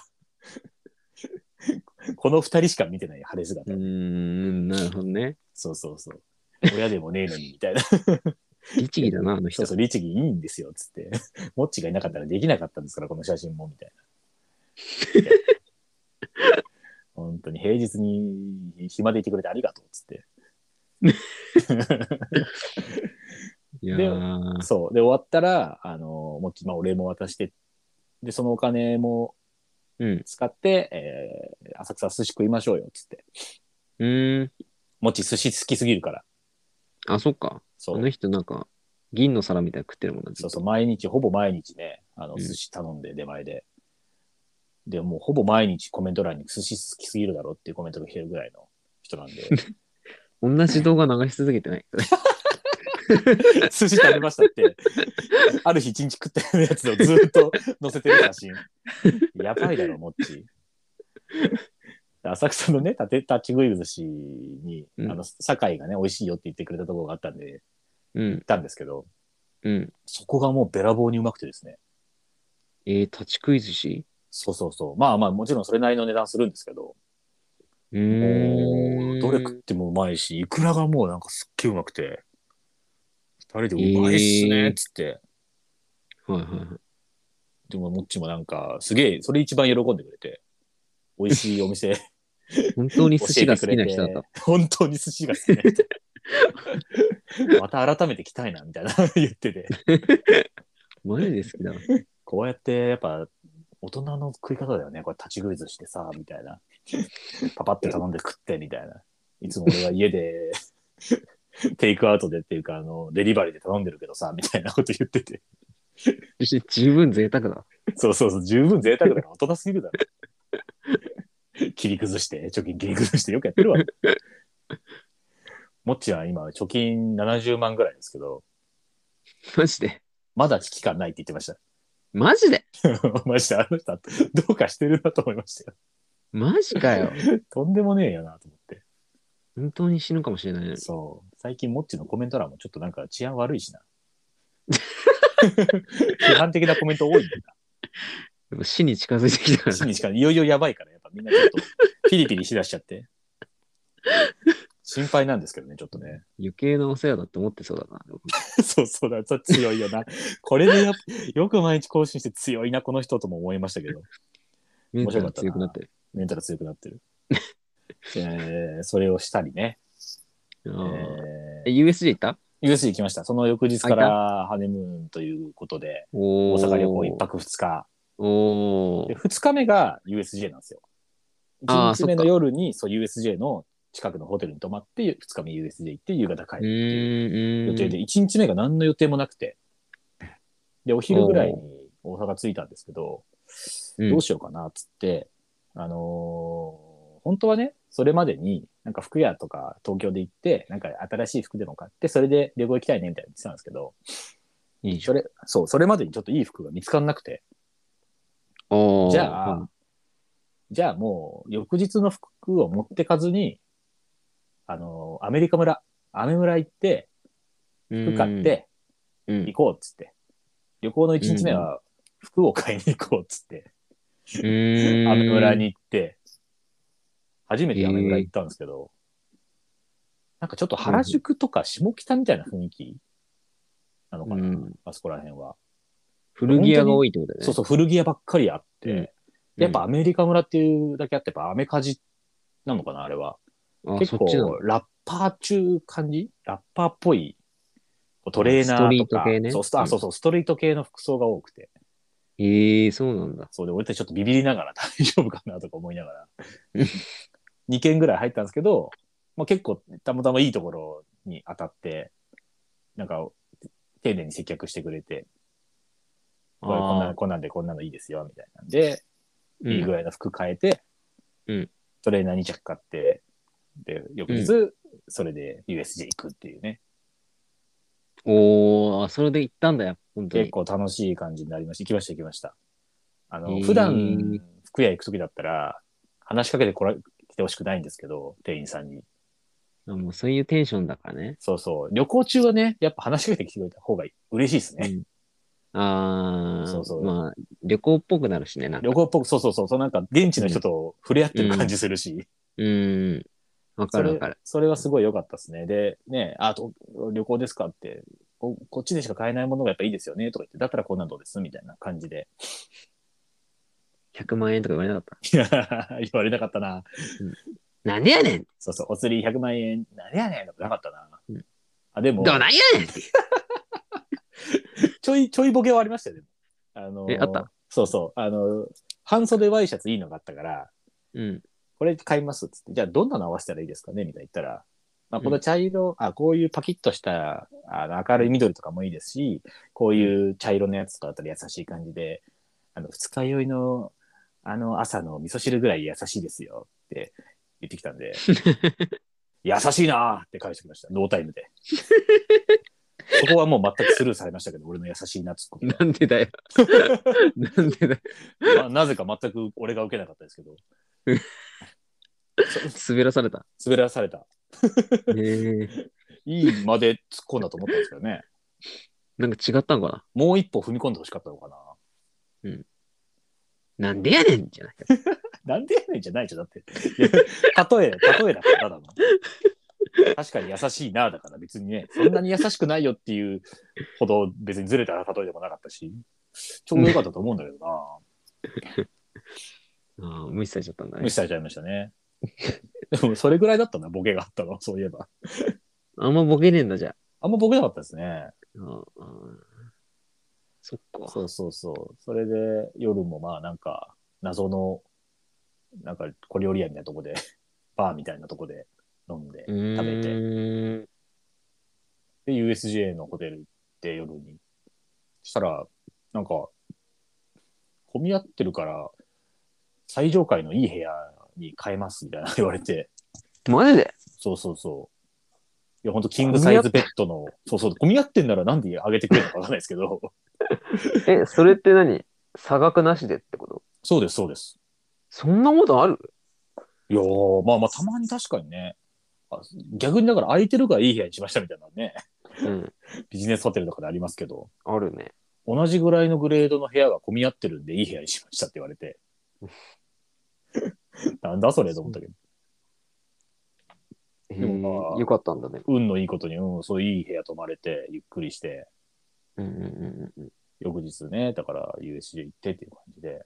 Speaker 2: この二人しか見てない晴れ姿、
Speaker 1: うん、なるほどね。
Speaker 2: そうそうそう親でもねえのにみたいな
Speaker 1: 律儀だな、あの
Speaker 2: そ
Speaker 1: 人
Speaker 2: う。そう律儀いいんですよっつってモッチがいなかったらできなかったんですからこの写真もみたいな本当に平日に暇でいてくれてありがとうっつって
Speaker 1: いや
Speaker 2: で
Speaker 1: ー
Speaker 2: そう。で、終わったら、あの、もう、まあ、お礼も渡して、で、そのお金も
Speaker 1: うん。
Speaker 2: 使って、えー浅草寿司食いましょうよ、つって。
Speaker 1: うーん。
Speaker 2: もち寿司好きすぎるから。
Speaker 1: あ、そっか。あ
Speaker 2: そう
Speaker 1: の。人なんか、銀の皿みたいなの食ってるもんな。ずっ
Speaker 2: そ
Speaker 1: と
Speaker 2: うそう、毎日、ほぼ毎日ね、あの、
Speaker 1: うん
Speaker 2: 寿司頼んで、出前で。で、もう、ほぼ毎日コメント欄に寿司好きすぎるだろっていうコメントが来てるぐらいの
Speaker 1: [laughs]
Speaker 2: 人なんで、
Speaker 1: 同じ動画流し続けて
Speaker 2: [laughs]
Speaker 1: ない。
Speaker 2: 寿司食べましたって、ある日一日食ってるやつをずっと載せてる写真。やばいだろ、もっち。浅草のね、立て立ち食い寿司に、
Speaker 1: うん
Speaker 2: あの、酒井がね、美味しいよって言ってくれたところがあったんで、
Speaker 1: うん
Speaker 2: 行っ。たんですけど、
Speaker 1: うん。
Speaker 2: そこがもうべらぼうにうまくてですね。
Speaker 1: えー、立ち食い寿司
Speaker 2: そうそうそう。まあまあ、もちろんそれなりの値段するんですけど、
Speaker 1: う
Speaker 2: も
Speaker 1: ー。
Speaker 2: うんどれ食ってもうまいし、いくらがもうなんかすっげえうまくて、二人でうまいっすね、っつって。
Speaker 1: はいはいはい。
Speaker 2: でも、もっちもなんか、すげえ、それ一番喜んでくれて、美味しいお店、 [laughs]
Speaker 1: 本当に寿司が好きな人だっ
Speaker 2: 教
Speaker 1: た
Speaker 2: えて。本当に寿司が好きな人。また改めて来たいな、みたいな言ってて。
Speaker 1: マジで好きだ。
Speaker 2: こうやって、やっぱ、大人の食い方だよね。これ立ち食い寿司でさ、みたいな。パパって頼んで食って、みたいな。いつも俺は家で、テイクアウトでっていうか、あの、デリバリーで頼んでるけどさ、みたいなこと言ってて。
Speaker 1: 寿司十分贅沢だ。
Speaker 2: そうそうそう、十分贅沢だから大人すぎるだろ。切り崩して、貯金切り崩してよくやってるわ。もっちは今、貯金70万ぐらいですけど、
Speaker 1: マジで。
Speaker 2: まだ危機感ないって言ってました。 [laughs]
Speaker 1: マジで
Speaker 2: マジであの人、どうかしてるなと思いましたよ。
Speaker 1: マジか
Speaker 2: [laughs]
Speaker 1: よ。
Speaker 2: とんでもねえよなと思って。
Speaker 1: 本当に死ぬかもしれないね。
Speaker 2: そう。最近、もっちのコメント欄もちょっとなんか治安悪いしな。批判的なコメント多いんだよ
Speaker 1: やっぱ死に近づいてきたか
Speaker 2: な。
Speaker 1: ら
Speaker 2: 死。にしかいよいよやばいから、やっぱみんなちょっとピリピリしだしちゃって。心配なんですけどね、ちょっとね。
Speaker 1: 余計なお世話だって思ってそうだな。
Speaker 2: そうそうだ、そう強いよな。これでやっよく毎日更新して強いな、この人とも思いましたけど、
Speaker 1: メンタ
Speaker 2: 白か
Speaker 1: ル
Speaker 2: ったな
Speaker 1: 強くなってる。
Speaker 2: メンタル強くなってる。えー、それをしたりね。
Speaker 1: あ
Speaker 2: え
Speaker 1: ーえ、
Speaker 2: ー、
Speaker 1: USJ 行った
Speaker 2: USJ 行きました。その翌日からハネムーンということで、
Speaker 1: お
Speaker 2: 大
Speaker 1: ー
Speaker 2: 阪旅行1。泊2日。
Speaker 1: お
Speaker 2: で、
Speaker 1: ー
Speaker 2: 2日目が USJ なんですよ。
Speaker 1: あー
Speaker 2: 1日目の夜に、そう、USJ の近くのホテルに泊まって、2日目 USJ 行って、夕方
Speaker 1: う
Speaker 2: 帰るっていう
Speaker 1: ーん。
Speaker 2: 予定で、1日目が何の予定もなくて、で、お昼ぐらいに大阪着いたんですけど、
Speaker 1: うん
Speaker 2: どうしようかなっつって、あのー本当はね、それまでに、なんか服屋とか東京で行って、なんか新しい服でも買って、それで旅行行きたいねみたいな言ってたんですけど、
Speaker 1: いいじゃ
Speaker 2: それ、そう、それまでにちょっといい服が見つからなくて、
Speaker 1: ん。おー
Speaker 2: じゃあ、じゃあもう、翌日の服を持ってかずに、あのーアメリカ村、アメ村行って、
Speaker 1: うん
Speaker 2: 服買って、、
Speaker 1: うん
Speaker 2: 行こうっつって。旅行の1日目は服を買いに行こうっつって、アメ村。に行って、初めてアメ村行ったんですけど、なんかちょっと原宿とか下北みたいな雰囲気なの
Speaker 1: う
Speaker 2: か
Speaker 1: んう
Speaker 2: な、
Speaker 1: ん
Speaker 2: あそこら辺は。
Speaker 1: 古着屋が多いってことだよね。
Speaker 2: そうそう、古着屋ばっかりあって、
Speaker 1: うん
Speaker 2: やっぱアメリカ村っていうだけあって、やっぱアメカジなのかな、あれは。
Speaker 1: うん、あ、
Speaker 2: 結
Speaker 1: そっ
Speaker 2: 構
Speaker 1: ちなんだ。
Speaker 2: ラッパー中感じラッパーっぽい。トレーナー
Speaker 1: ス
Speaker 2: と
Speaker 1: トリート
Speaker 2: か、
Speaker 1: 系ね
Speaker 2: そうストあそうそう、ストリート系の服装が多くて。
Speaker 1: ええ、そうなんだ。
Speaker 2: そうで、俺たちちょっとビビりながら [laughs] 大丈夫かなとか思いながら。2件ぐらい入ったんですけど、まあ、結構たまたまいいところに当たって、なんか、丁寧に接客してくれて、これこんな
Speaker 1: あー
Speaker 2: こんなんでこんなのいいですよ、みたいなんで、
Speaker 1: うん
Speaker 2: いいぐらいの服変えて、
Speaker 1: うん
Speaker 2: トレーナー2着買って、で、翌日、それで USJ 行くっていうね、
Speaker 1: おー、あそれで行ったんだよ、本当
Speaker 2: 結
Speaker 1: に。
Speaker 2: 構楽しい感じになりました。行きました、行きました。あの、
Speaker 1: へー
Speaker 2: 普段、服屋行くときだったら、話しかけてこら、来てほしくないんですけど、店員さんに。
Speaker 1: あもうそういうテンションだからね。
Speaker 2: そうそう。旅行中はね、やっぱ話しかけてきてくれた方が嬉しいですね。
Speaker 1: ああ、
Speaker 2: そうそう
Speaker 1: まあ、旅行っぽくなるしね、なんか。
Speaker 2: 旅行っぽく、そうそうそう、そうなんか現地の人と触れ合ってる感じするし。
Speaker 1: うん。わか
Speaker 2: そ
Speaker 1: る
Speaker 2: れ
Speaker 1: わかる。
Speaker 2: それはすごい良かったですね。で、ね、あと、旅行ですかってこ、こっちでしか買えないものがやっぱいいですよね、とか言って、だったらこんなんどうですみたいな感じで。 [laughs]
Speaker 1: 100万円とか言われなかっ
Speaker 2: いや、言われなかったな。
Speaker 1: うんなんでやねん
Speaker 2: そうそう、お釣り100万円、何やねんとかなかったな。
Speaker 1: うん
Speaker 2: あ、でも、
Speaker 1: どないやねんって
Speaker 2: ちょい、ちょいボケはありましたよ、ね。あのー
Speaker 1: えあった
Speaker 2: そうそう。あのー半袖ワイシャツいいのがあったから、
Speaker 1: うん。
Speaker 2: これ買いますっつって、じゃあどんなの合わせたらいいですかねみたいな言ったら、まあ、
Speaker 1: うん
Speaker 2: この茶色、あ、こういうパキッとした、あの、明るい緑とかもいいですし、こういう茶色のやつとかだったら優しい感じで、あの、二日酔いの、あの、朝の味噌汁ぐらい優しいですよって言ってきた
Speaker 1: [laughs]
Speaker 2: んで、優しいなーって返してきました。ノータイ
Speaker 1: [laughs]
Speaker 2: ムで。そこはもう全くスルーされましたけど、俺の優しい [laughs] なっつっこ
Speaker 1: なんでだ [laughs] よ。なんでだよ。
Speaker 2: とななぜか全く俺が受けなかったですけど、
Speaker 1: 滑らされた。
Speaker 2: 滑らされた。
Speaker 1: えー、
Speaker 2: いいまで突っ込んだと思ったんですけどね。
Speaker 1: なんか違ったんかな
Speaker 2: もう一歩踏み込んでほしかったのかな。
Speaker 1: なんでやねんじゃない。
Speaker 2: なんでやねんじゃないじゃん、だって。いや例え、例えだからただの。確かに優しいな、だから別にね、そんなに優しくないよっていうほど別にずれた例えでもなかったし、ちょうどよかったと思うんだけどな。
Speaker 1: ああ、無視されちゃったんだ
Speaker 2: 無
Speaker 1: ね
Speaker 2: 視。されちゃいましたね。でもそれぐらいだったな、ボケがあったの、そういえば。
Speaker 1: あんまボケねえんだじゃ
Speaker 2: あんまボケなかったですね。
Speaker 1: あ。ああそっか。
Speaker 2: そうそうそう。それで夜もまあなんか謎のなんか小料理屋みたいなとこで、バーみたいなとこで飲んで
Speaker 1: うーん
Speaker 2: 食べて、で USJ のホテル行って夜に。したらなんか混み合ってるから最上階のいい部屋に変えますみたいな言われて、
Speaker 1: マジで
Speaker 2: そうそうそう。いや本当キングサイズベッドの、そうそう、混み合ってんならなんで上げてくれるのかわかんないですけど、
Speaker 1: え、それって何差額なしでってこと
Speaker 2: [laughs] そうですそうです。
Speaker 1: そんなことある
Speaker 2: いやー、まあまあ、たまに確かにね。あ逆にだから空いてるからいい部屋にしましたみたいなね、
Speaker 1: うん。
Speaker 2: ビジネスホテルとかでありますけど、
Speaker 1: あるね。
Speaker 2: 同じぐらいのグレードの部屋が混み合ってるんでいい部屋にしましたって言われ [laughs] て。なんだそれと思ったけど、
Speaker 1: え
Speaker 2: でもまあ
Speaker 1: ー、よかったんだね。
Speaker 2: 運のいいことに、うん、そういい部屋泊まれて、ゆっくりして、
Speaker 1: うんうんうん
Speaker 2: 翌日ね、だから USJ 行ってっていう感じで、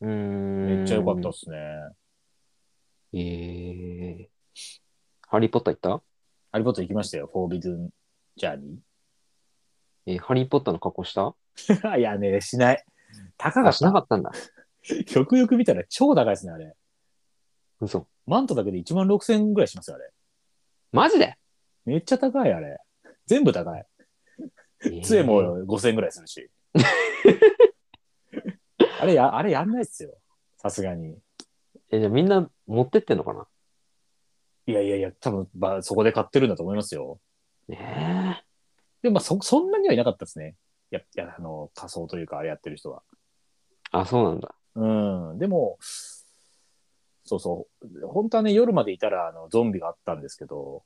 Speaker 1: うん。うーん
Speaker 2: めっちゃ良かったっ。すね。
Speaker 1: えー、ハリー・ポッター行った
Speaker 2: ハリーポッター行きましたよ、フォービズンジャーニ
Speaker 1: えーハリー・ポッターの格好した
Speaker 2: ー。い [laughs] やね、しない。高
Speaker 1: あ
Speaker 2: が
Speaker 1: しなかったんだ。
Speaker 2: よくよく見たら超高いですね、あれ。
Speaker 1: 嘘。
Speaker 2: マントだけで1万6000円ぐらいしますよ、あれ。
Speaker 1: マジで
Speaker 2: めっちゃ高い、あれ。全部高い。杖も5000円ぐらいする
Speaker 1: [laughs]
Speaker 2: し。あれや、あれやんないっすよ。さすがに。
Speaker 1: えー、じゃあみんな持ってってんのかない
Speaker 2: やいやいや、多分、まあ、そこで買ってるんだと思いますよ。
Speaker 1: ね
Speaker 2: でも、まあ、そ、そんなにはいなかったですね。や、いや、あの、仮装というか、あれやってる人は。
Speaker 1: え。あ、そうなんだ。
Speaker 2: うん。でも、そうそう。本当はね、夜までいたら、あの、ゾンビがあったんですけど、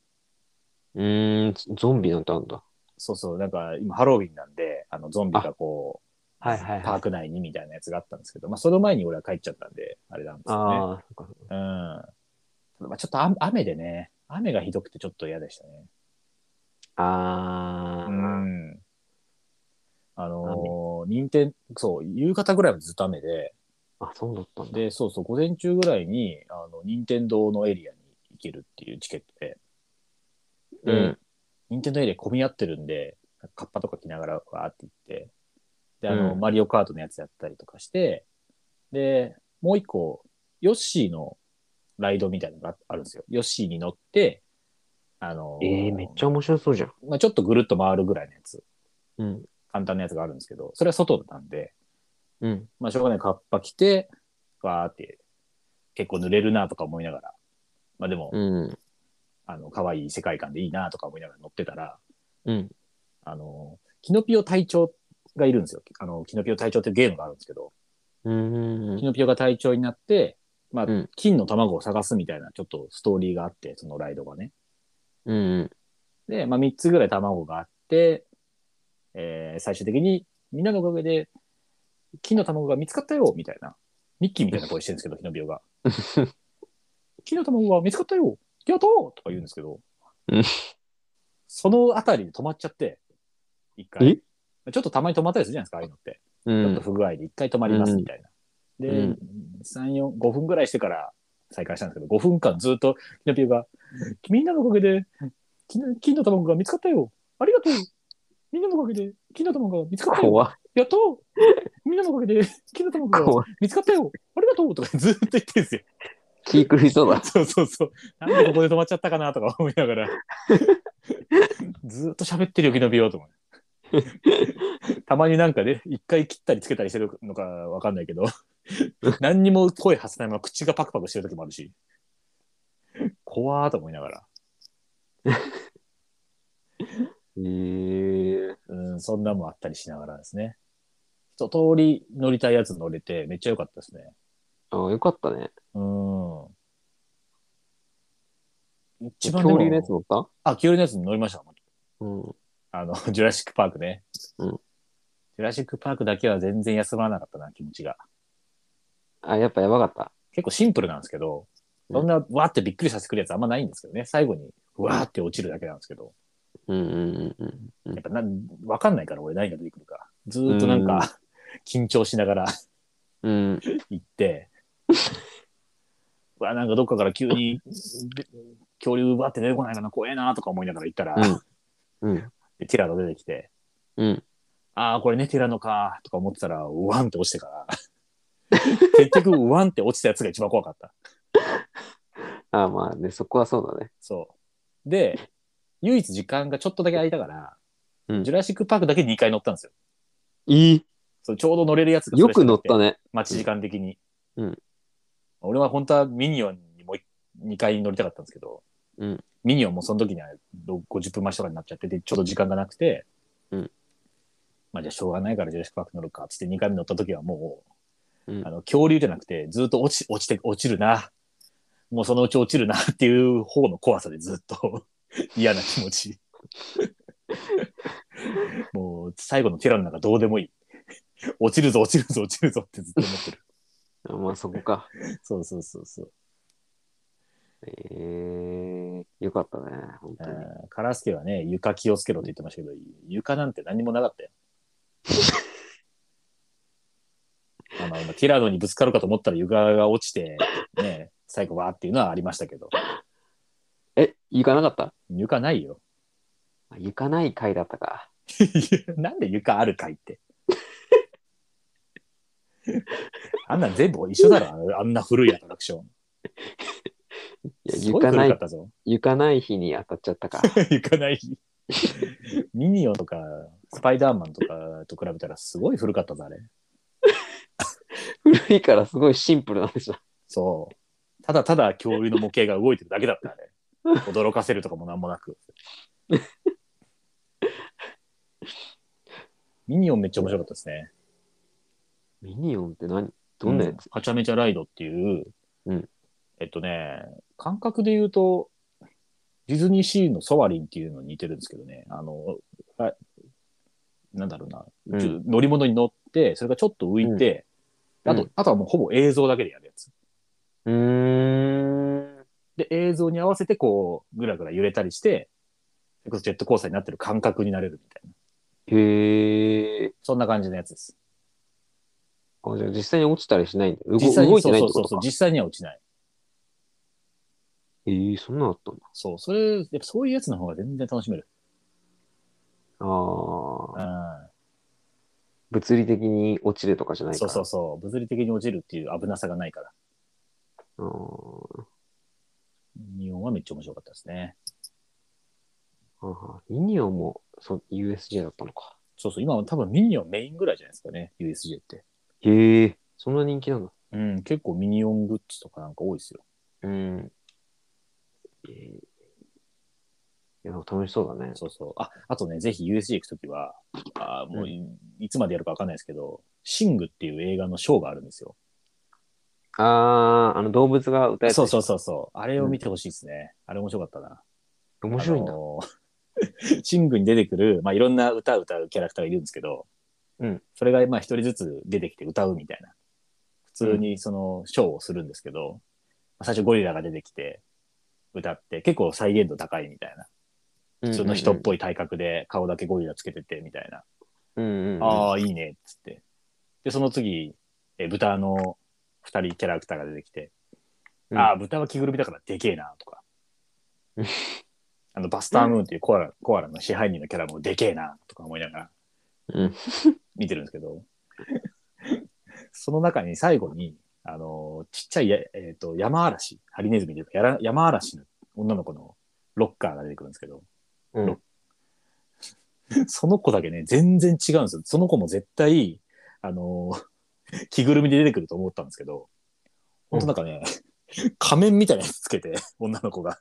Speaker 1: うーん、ゾンビなんてあんだ。
Speaker 2: そうそう、なんか、今、ハロウィンなんで、あの、ゾンビがこう、
Speaker 1: はいはい
Speaker 2: パーク内にみたいなやつがあったんですけど、まあ、その前に俺は帰っちゃったんで、あれなんですよね。
Speaker 1: ああ、そっかそっか
Speaker 2: うん。まあ、ちょっとあ雨でね、雨がひどくてちょっと嫌でしたね。
Speaker 1: あ
Speaker 2: う
Speaker 1: ー
Speaker 2: ん。あのー、任天そう、夕方ぐらいはずっと雨で、
Speaker 1: あ、そうだったんだ。
Speaker 2: で、そうそう、午前中ぐらいに、あの、任天堂のエリアに行けるっていうチケットで、で、
Speaker 1: うん
Speaker 2: 任天堂エリア混み合ってるんで、カッパとか着ながら、わーって行って、で、あの、
Speaker 1: うん
Speaker 2: マリオカートのやつやったりとかして、で、もう一個、ヨッシーのライドみたいなのがあるんですよ。ヨッシーに乗って、あの
Speaker 1: ええー、めっちゃ面白そうじゃん。
Speaker 2: まあ、ちょっとぐるっと回るぐらいのやつ、
Speaker 1: うん。
Speaker 2: 簡単なやつがあるんですけど、それは外なんで、
Speaker 1: うん。
Speaker 2: まあ、しょうがない、カッパ着て、わーって、結構濡れるなとか思いながら、まあでも、
Speaker 1: うん。
Speaker 2: あの、可愛い世界観でいいなとか思いながら乗ってたら、
Speaker 1: うん。
Speaker 2: あの、キノピオ隊長がいるんですよ。あの、キノピオ隊長っていうゲームがあるんですけど、
Speaker 1: うん
Speaker 2: キ。ノピオが隊長になって、まあ、
Speaker 1: うん
Speaker 2: 金の卵を探すみたいなちょっとストーリーがあって、そのライドがね。
Speaker 1: うん。
Speaker 2: で、まあ、3つぐらい卵があって、えー最終的にみんなのおかげで、金の卵が見つかったよみたいな。ミッキーみたいな声してるんですけど、キノピオが。
Speaker 1: [laughs]
Speaker 2: 金の卵が見つかったよやったーとか言うんですけど
Speaker 1: うん、
Speaker 2: そのあたりで止まっちゃって、一回
Speaker 1: え。
Speaker 2: ちょっとたまに止まったりするじゃないですか、ああいうのって。
Speaker 1: う
Speaker 2: ちょっと
Speaker 1: ん。
Speaker 2: 不具合で一回止まりますみたいな。
Speaker 1: うん
Speaker 2: で、3、4、5分ぐらいしてから、再開したんですけど、5分間ずっと、キノピオが、みんなのおかげで、きな金の卵が見つかったよ。ありがとう。みんなのおかげで、金の卵が見つかったよ。
Speaker 1: 怖っ
Speaker 2: やったみんなのおかげで、金の卵が
Speaker 1: 怖っ
Speaker 2: 見つかったよ。ありがとうとかずっと言ってるんですよ。
Speaker 1: 気狂いそうだ。
Speaker 2: [laughs] そうそうそう。なんでここで止まっちゃったかなとか思いな
Speaker 1: [laughs]
Speaker 2: がら。ずっと喋ってるよ、キノピオと思って。たまになんかね、一回切ったりつけたりしてるのかわかんないけど、何にも声発さないまま口がパクパクしてる時もあるし、怖ーと思いながら。
Speaker 1: えー、
Speaker 2: うん、そんなもあったりしながらですね。一通り乗りたいやつ乗れて、めっちゃ良かったですね。
Speaker 1: ああ、よかったね。
Speaker 2: うん。一番でも
Speaker 1: 恐竜のやつ乗った
Speaker 2: あ、恐竜のやつに乗りました。
Speaker 1: うん。
Speaker 2: あの、 [laughs] ジュラシックパークね。
Speaker 1: うん
Speaker 2: ジュラシックパークだけは全然休まらなかったな、気持ちが。
Speaker 1: あ、やっぱやばかった。
Speaker 2: 結構シンプルなんですけど、そんなわーってびっくりさせてくるやつあんまないんですけどね。最後に、わーって落ちるだけなんですけど。
Speaker 1: うんうんうんうん。
Speaker 2: やっぱなん、わかんないから俺何が出てくるか。ずーっとなんか、 [laughs] 緊張しながら
Speaker 1: うん、
Speaker 2: 行って、うわ、なんかどっかから急
Speaker 1: [laughs]
Speaker 2: に、で恐竜わーって出てこないかな、怖えなとか思いながら行ったら、
Speaker 1: うん、うん
Speaker 2: でティラノ出てきて、
Speaker 1: うん。
Speaker 2: ああ、これね、ティラノか、とか思ってたら、ワンって落ちてから。 [laughs] 結局、ワンって落ちたやつが一番怖かった。
Speaker 1: あまあね、そこはそうだね。
Speaker 2: そう。で、唯一時間がちょっとだけ空いたから、
Speaker 1: うん
Speaker 2: ジュラシックパークだけ2回乗ったんですよ。
Speaker 1: いい
Speaker 2: そうちょうど乗れるやつが
Speaker 1: よく乗った
Speaker 2: ね。
Speaker 1: ね。
Speaker 2: 待ち時間的に。
Speaker 1: うん
Speaker 2: 俺は本当はミニオンにも2回乗りたかったんですけど、
Speaker 1: うん
Speaker 2: ミニオンもその時にはろ50分待ちとかになっちゃってて、ちょっと時間がなくて、
Speaker 1: うん
Speaker 2: まあじゃあしょうがないからジュラシックパーク乗るか、つって2回目乗った時はもう、
Speaker 1: うん
Speaker 2: あの、恐竜じゃなくて、ずっと落ち、落ちて、落ちるな。もうそのうち落ちるなっていう方の怖さでずっと [laughs] 嫌な気持ち。
Speaker 1: [laughs]
Speaker 2: もう最後のティラノなんかどうでもいい。落ちるぞ、落ちるぞ、落ちるぞってずっと思ってる。
Speaker 1: あまあそこか。
Speaker 2: そうそうそうそう。
Speaker 1: えー、よかったね。本
Speaker 2: あ
Speaker 1: 当に。
Speaker 2: ーカラスケはね、床気をつけろって言ってましたけど、床なんて何もな
Speaker 1: [laughs]
Speaker 2: かったよ。まあまあ今ティラノにぶつかるかと思ったら床が落ちて、ね、最後わーっていうのはありましたけど、
Speaker 1: え、行かなかった
Speaker 2: 床ないよ。
Speaker 1: あ行かない回だったか。
Speaker 2: いやなんで床あるか
Speaker 1: [laughs]
Speaker 2: いって。あんなん全部一緒だろあの、あんな古いアトラクション。
Speaker 1: いや
Speaker 2: すご
Speaker 1: 行
Speaker 2: い
Speaker 1: かな
Speaker 2: 古かっ
Speaker 1: い、
Speaker 2: たぞ。
Speaker 1: 行かない日に当たっちゃったか。 [laughs]
Speaker 2: 行かない日。ミニオンとか、スパイダーマンとかと比べたらすごい古かったぞ、あれ。
Speaker 1: 古いからすごいシンプルなんでしょ。
Speaker 2: そう。ただただ恐竜の模型が動いてるだけだった、あれ。
Speaker 1: [laughs]
Speaker 2: 驚かせるとかもなんもなく。ミニオンめっちゃ面白かったですね。
Speaker 1: ミニオンって何どんなやつ、
Speaker 2: うんはちゃめちゃライドっていう、
Speaker 1: うん
Speaker 2: えっとね、感覚で言うと、ディズニーシーのソワリンっていうのに似てるんですけどね、あの、あなんだろうな、
Speaker 1: うん
Speaker 2: ちょ乗り物に乗って、それがちょっと浮いて、
Speaker 1: うん
Speaker 2: あと、
Speaker 1: う
Speaker 2: あとはもうほぼ映像だけでやるやつ。
Speaker 1: うーん。
Speaker 2: で、映像に合わせてこう、ぐらぐら揺れたりして、それこそジェットコースターになってる感覚になれるみたいな。
Speaker 1: へえ。
Speaker 2: そんな感じのやつです。
Speaker 1: あ、じゃあ実際に落ちたりしないんだ。動
Speaker 2: 実際に、
Speaker 1: 動いて
Speaker 2: そう
Speaker 1: ないっ
Speaker 2: そ
Speaker 1: てこ
Speaker 2: うそう
Speaker 1: と
Speaker 2: そ
Speaker 1: か
Speaker 2: う、。実際には落ちない。
Speaker 1: えー、そんなのあったんだ。
Speaker 2: そう、それ、やっぱそういうやつの方が全然楽しめる。
Speaker 1: あ
Speaker 2: う
Speaker 1: ー
Speaker 2: ん。
Speaker 1: 物理的に落ちるとかじゃないか
Speaker 2: そう
Speaker 1: ら。
Speaker 2: そうそう。物理的に落ちるっていう危なさがないから。
Speaker 1: う
Speaker 2: 日本はめっちゃ面白かったですね。
Speaker 1: あーあー。ミニオンもそう USJ だったのか。
Speaker 2: そうそう。今は多分ミニオンメインぐらいじゃないですかね。USJ って。
Speaker 1: へえ。そんな人気なんだ。
Speaker 2: うん。結構ミニオングッズとかなんか多いですよ。
Speaker 1: うん。えー、いや、でも楽しそうだね。
Speaker 2: そうそう。あ、あとね、ぜひ USJ 行くときは、あーもうい,、つまでやるかわかんないですけど、シングっていう映画のショーがあるんですよ。
Speaker 1: ああ、あの動物が歌えたり
Speaker 2: そうそうそうそう。あれを見てほしいですね。あれ面白かったな。
Speaker 1: 面白いん
Speaker 2: あ
Speaker 1: だ。
Speaker 2: のー [laughs] シングに出てくる、まあ、いろんな歌を歌うキャラクターがいるんですけど、
Speaker 1: うん
Speaker 2: それがまあ一人ずつ出てきて歌うみたいな。普通にそのショーをするんですけど、まあ最初ゴリラが出てきて歌って、結構再現度高いみたいな。普通の人っぽい体格で顔だけゴリラつけててみたいな。
Speaker 1: うんうんうん。
Speaker 2: ああ、いいね、っつって。で、その次、え豚の二人キャラクターが出てきて、
Speaker 1: うん
Speaker 2: ああ、豚は着ぐるみだからでけえな、とか
Speaker 1: うん。
Speaker 2: あの、バスタームーンっていうコアラ、コアラの支配人のキャラもでけえな、とか思いながら
Speaker 1: うん。
Speaker 2: 見てるんですけど、 [laughs] その中に最後に、あの、ちっちゃいや、えっ、と、山嵐、ハリネズミというか、やら山嵐の女の子のロッカーが出てくるんですけど、
Speaker 1: うん。
Speaker 2: その子だけね、全然違うんですよ。その子も絶対、あの [laughs] ー着ぐるみで出てくると思ったんですけど、
Speaker 1: う
Speaker 2: ほ
Speaker 1: ん
Speaker 2: んとなんかね、仮面みたいなやつつけて、女の子が。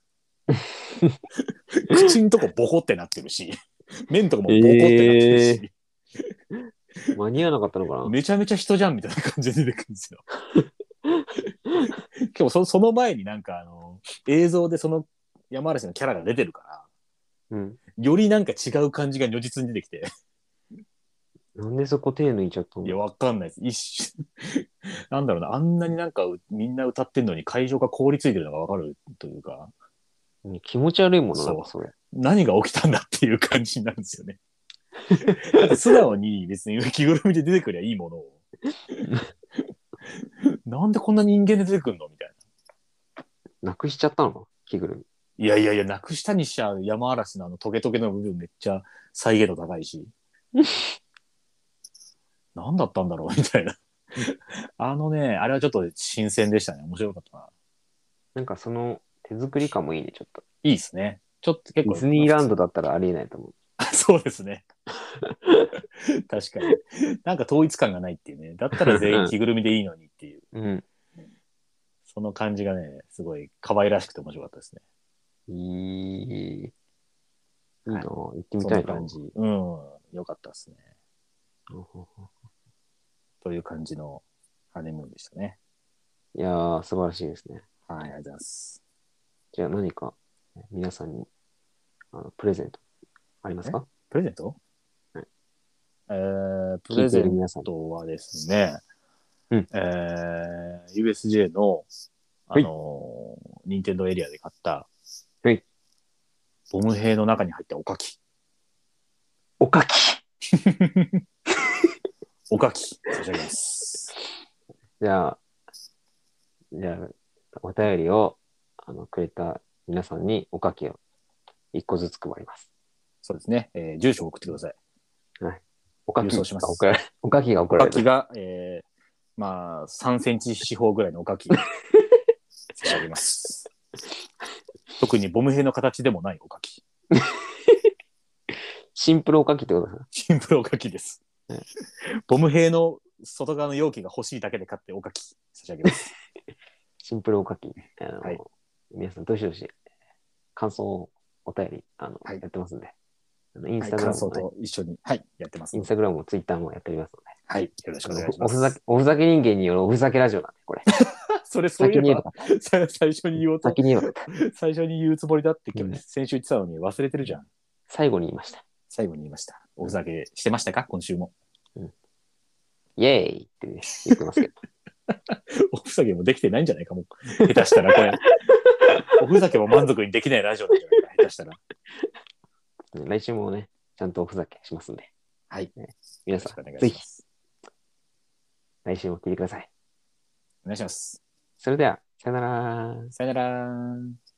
Speaker 2: 口んとこボコってなってるし、目んとこもボコってなってるし、
Speaker 1: 間に合わなかったのかな
Speaker 2: めちゃめちゃ人じゃんみたいな感じで出てくるんですよ。今日そその前になんかあの映像でその山嵐のキャラが出てるか
Speaker 1: う
Speaker 2: ら、
Speaker 1: ん。
Speaker 2: よりなんか違う感じが如実に出てきて、
Speaker 1: なんでそこ手抜いちゃったの
Speaker 2: いや、わかんないです。一瞬、 [laughs] なんだろうな、あんなになんかうみんな歌ってんのに会場が凍りついてるのがわかるというか、
Speaker 1: うん気持ち悪いもの
Speaker 2: そ
Speaker 1: な
Speaker 2: うん
Speaker 1: かそれ。
Speaker 2: 何が起きたんだっていう感じになるんですよね。だって素直に別に着ぐるみで出てくりゃいいものを。なんでこんな人間で出てくるのみたいな。
Speaker 1: なくしちゃったの着ぐるみ。
Speaker 2: いやいやいや、なくしたにしちゃ山嵐のあのトゲトゲの部分めっちゃ再現度高いし。何だったんだろうみたいな。あのね、あれはちょっと新鮮でしたね。面白かったな。
Speaker 1: なんかその手作り感もいいね、ちょっと。
Speaker 2: いいですね。ちょっと
Speaker 1: デ
Speaker 2: 結構。
Speaker 1: ィズニーランドだったらありえないと思う。
Speaker 2: あ [laughs] そうですね。 [laughs] 確かに。なんか統一感がないっていうね。だったら
Speaker 1: [laughs]
Speaker 2: 全員着ぐるみでいいのにっていう。
Speaker 1: うん。
Speaker 2: その感じがね、すごい可愛らしくて面白かったですね。
Speaker 1: いい。いいな
Speaker 2: は
Speaker 1: ぁ行
Speaker 2: い
Speaker 1: ってみ
Speaker 2: そん
Speaker 1: た
Speaker 2: ない
Speaker 1: な
Speaker 2: 感じ。うん。よかったですね。
Speaker 1: うんうんうん
Speaker 2: という感じのハネムーンでしたね。
Speaker 1: いやー、素晴らしいですね。
Speaker 2: はい、ありがとうございます。
Speaker 1: じゃあ何か皆さんにあのプレゼントありますか
Speaker 2: プレゼント、
Speaker 1: はい
Speaker 2: えー、プ
Speaker 1: 聞
Speaker 2: レ
Speaker 1: いて
Speaker 2: ゼ
Speaker 1: いる
Speaker 2: ン
Speaker 1: 皆さん。
Speaker 2: トはですね、
Speaker 1: うん
Speaker 2: えー、USJ の、あ
Speaker 1: はい
Speaker 2: のー、任天堂エリアで買った、
Speaker 1: はい
Speaker 2: ボム兵の中に入ったおかき。
Speaker 1: おかき
Speaker 2: おかき、差し上げます。
Speaker 1: [laughs] じゃあ、じゃあ、お便りをあのくれた皆さんにおかきを一個ずつ配ります。
Speaker 2: そうですね、えー住所を送ってください。
Speaker 1: おかき
Speaker 2: 郵送します
Speaker 1: が送られ、おかきが送
Speaker 2: お
Speaker 1: られ
Speaker 2: かき
Speaker 1: る。
Speaker 2: が、えー、まあ、3センチ四方ぐらいのお
Speaker 1: [laughs]
Speaker 2: かき、差し上げます。特にボム兵の形でもないおかき。
Speaker 1: シンプルおかきってことだな。
Speaker 2: シンプルおかきです
Speaker 1: うん。
Speaker 2: ボム兵の外側の容器が欲しいだけで買っておかき差し上げます。
Speaker 1: シンプルおかき。あの
Speaker 2: はい
Speaker 1: 皆さん、どしどし感想をお便りあの、
Speaker 2: はい
Speaker 1: やってますんで。あのイン
Speaker 2: は
Speaker 1: ス
Speaker 2: い、
Speaker 1: タグラ
Speaker 2: 感
Speaker 1: ム
Speaker 2: 想
Speaker 1: もね、
Speaker 2: と一緒に、はい、やってます
Speaker 1: イ。ンスタグラムもツイッターもやっておりますので。
Speaker 2: はい、よろしくお願いし
Speaker 1: お
Speaker 2: ま
Speaker 1: ふざ
Speaker 2: す。
Speaker 1: け、おふざけ人間によるおふざけラジオなんで、これ。
Speaker 2: それそうい
Speaker 1: 先
Speaker 2: え
Speaker 1: に言え
Speaker 2: ば
Speaker 1: ば、よかっ
Speaker 2: さ最初に言おう
Speaker 1: た。
Speaker 2: と、
Speaker 1: 先に言えばよかった。
Speaker 2: 最初に言うつもりだって今
Speaker 1: うん
Speaker 2: 日、先週言ってたのに忘れてるじゃん。
Speaker 1: 最後に言いました。
Speaker 2: 最後に言いました。おふざけしてましたか今週も。
Speaker 1: イエーイって言ってますけど。
Speaker 2: おふざけもできてないんじゃないかもう。下手したらこ [laughs] れ。おふざけも満足にできないラジオなんじゃないか。下手したら。
Speaker 1: 来週もね、ちゃんとおふざけしますんで、
Speaker 2: はい。
Speaker 1: 皆さ
Speaker 2: よろしくお願
Speaker 1: ん、
Speaker 2: い
Speaker 1: ぜ
Speaker 2: し
Speaker 1: ひ
Speaker 2: ます。
Speaker 1: 来週も聞いてください。
Speaker 2: お願いします。
Speaker 1: それでは、さよなら。
Speaker 2: さよなら。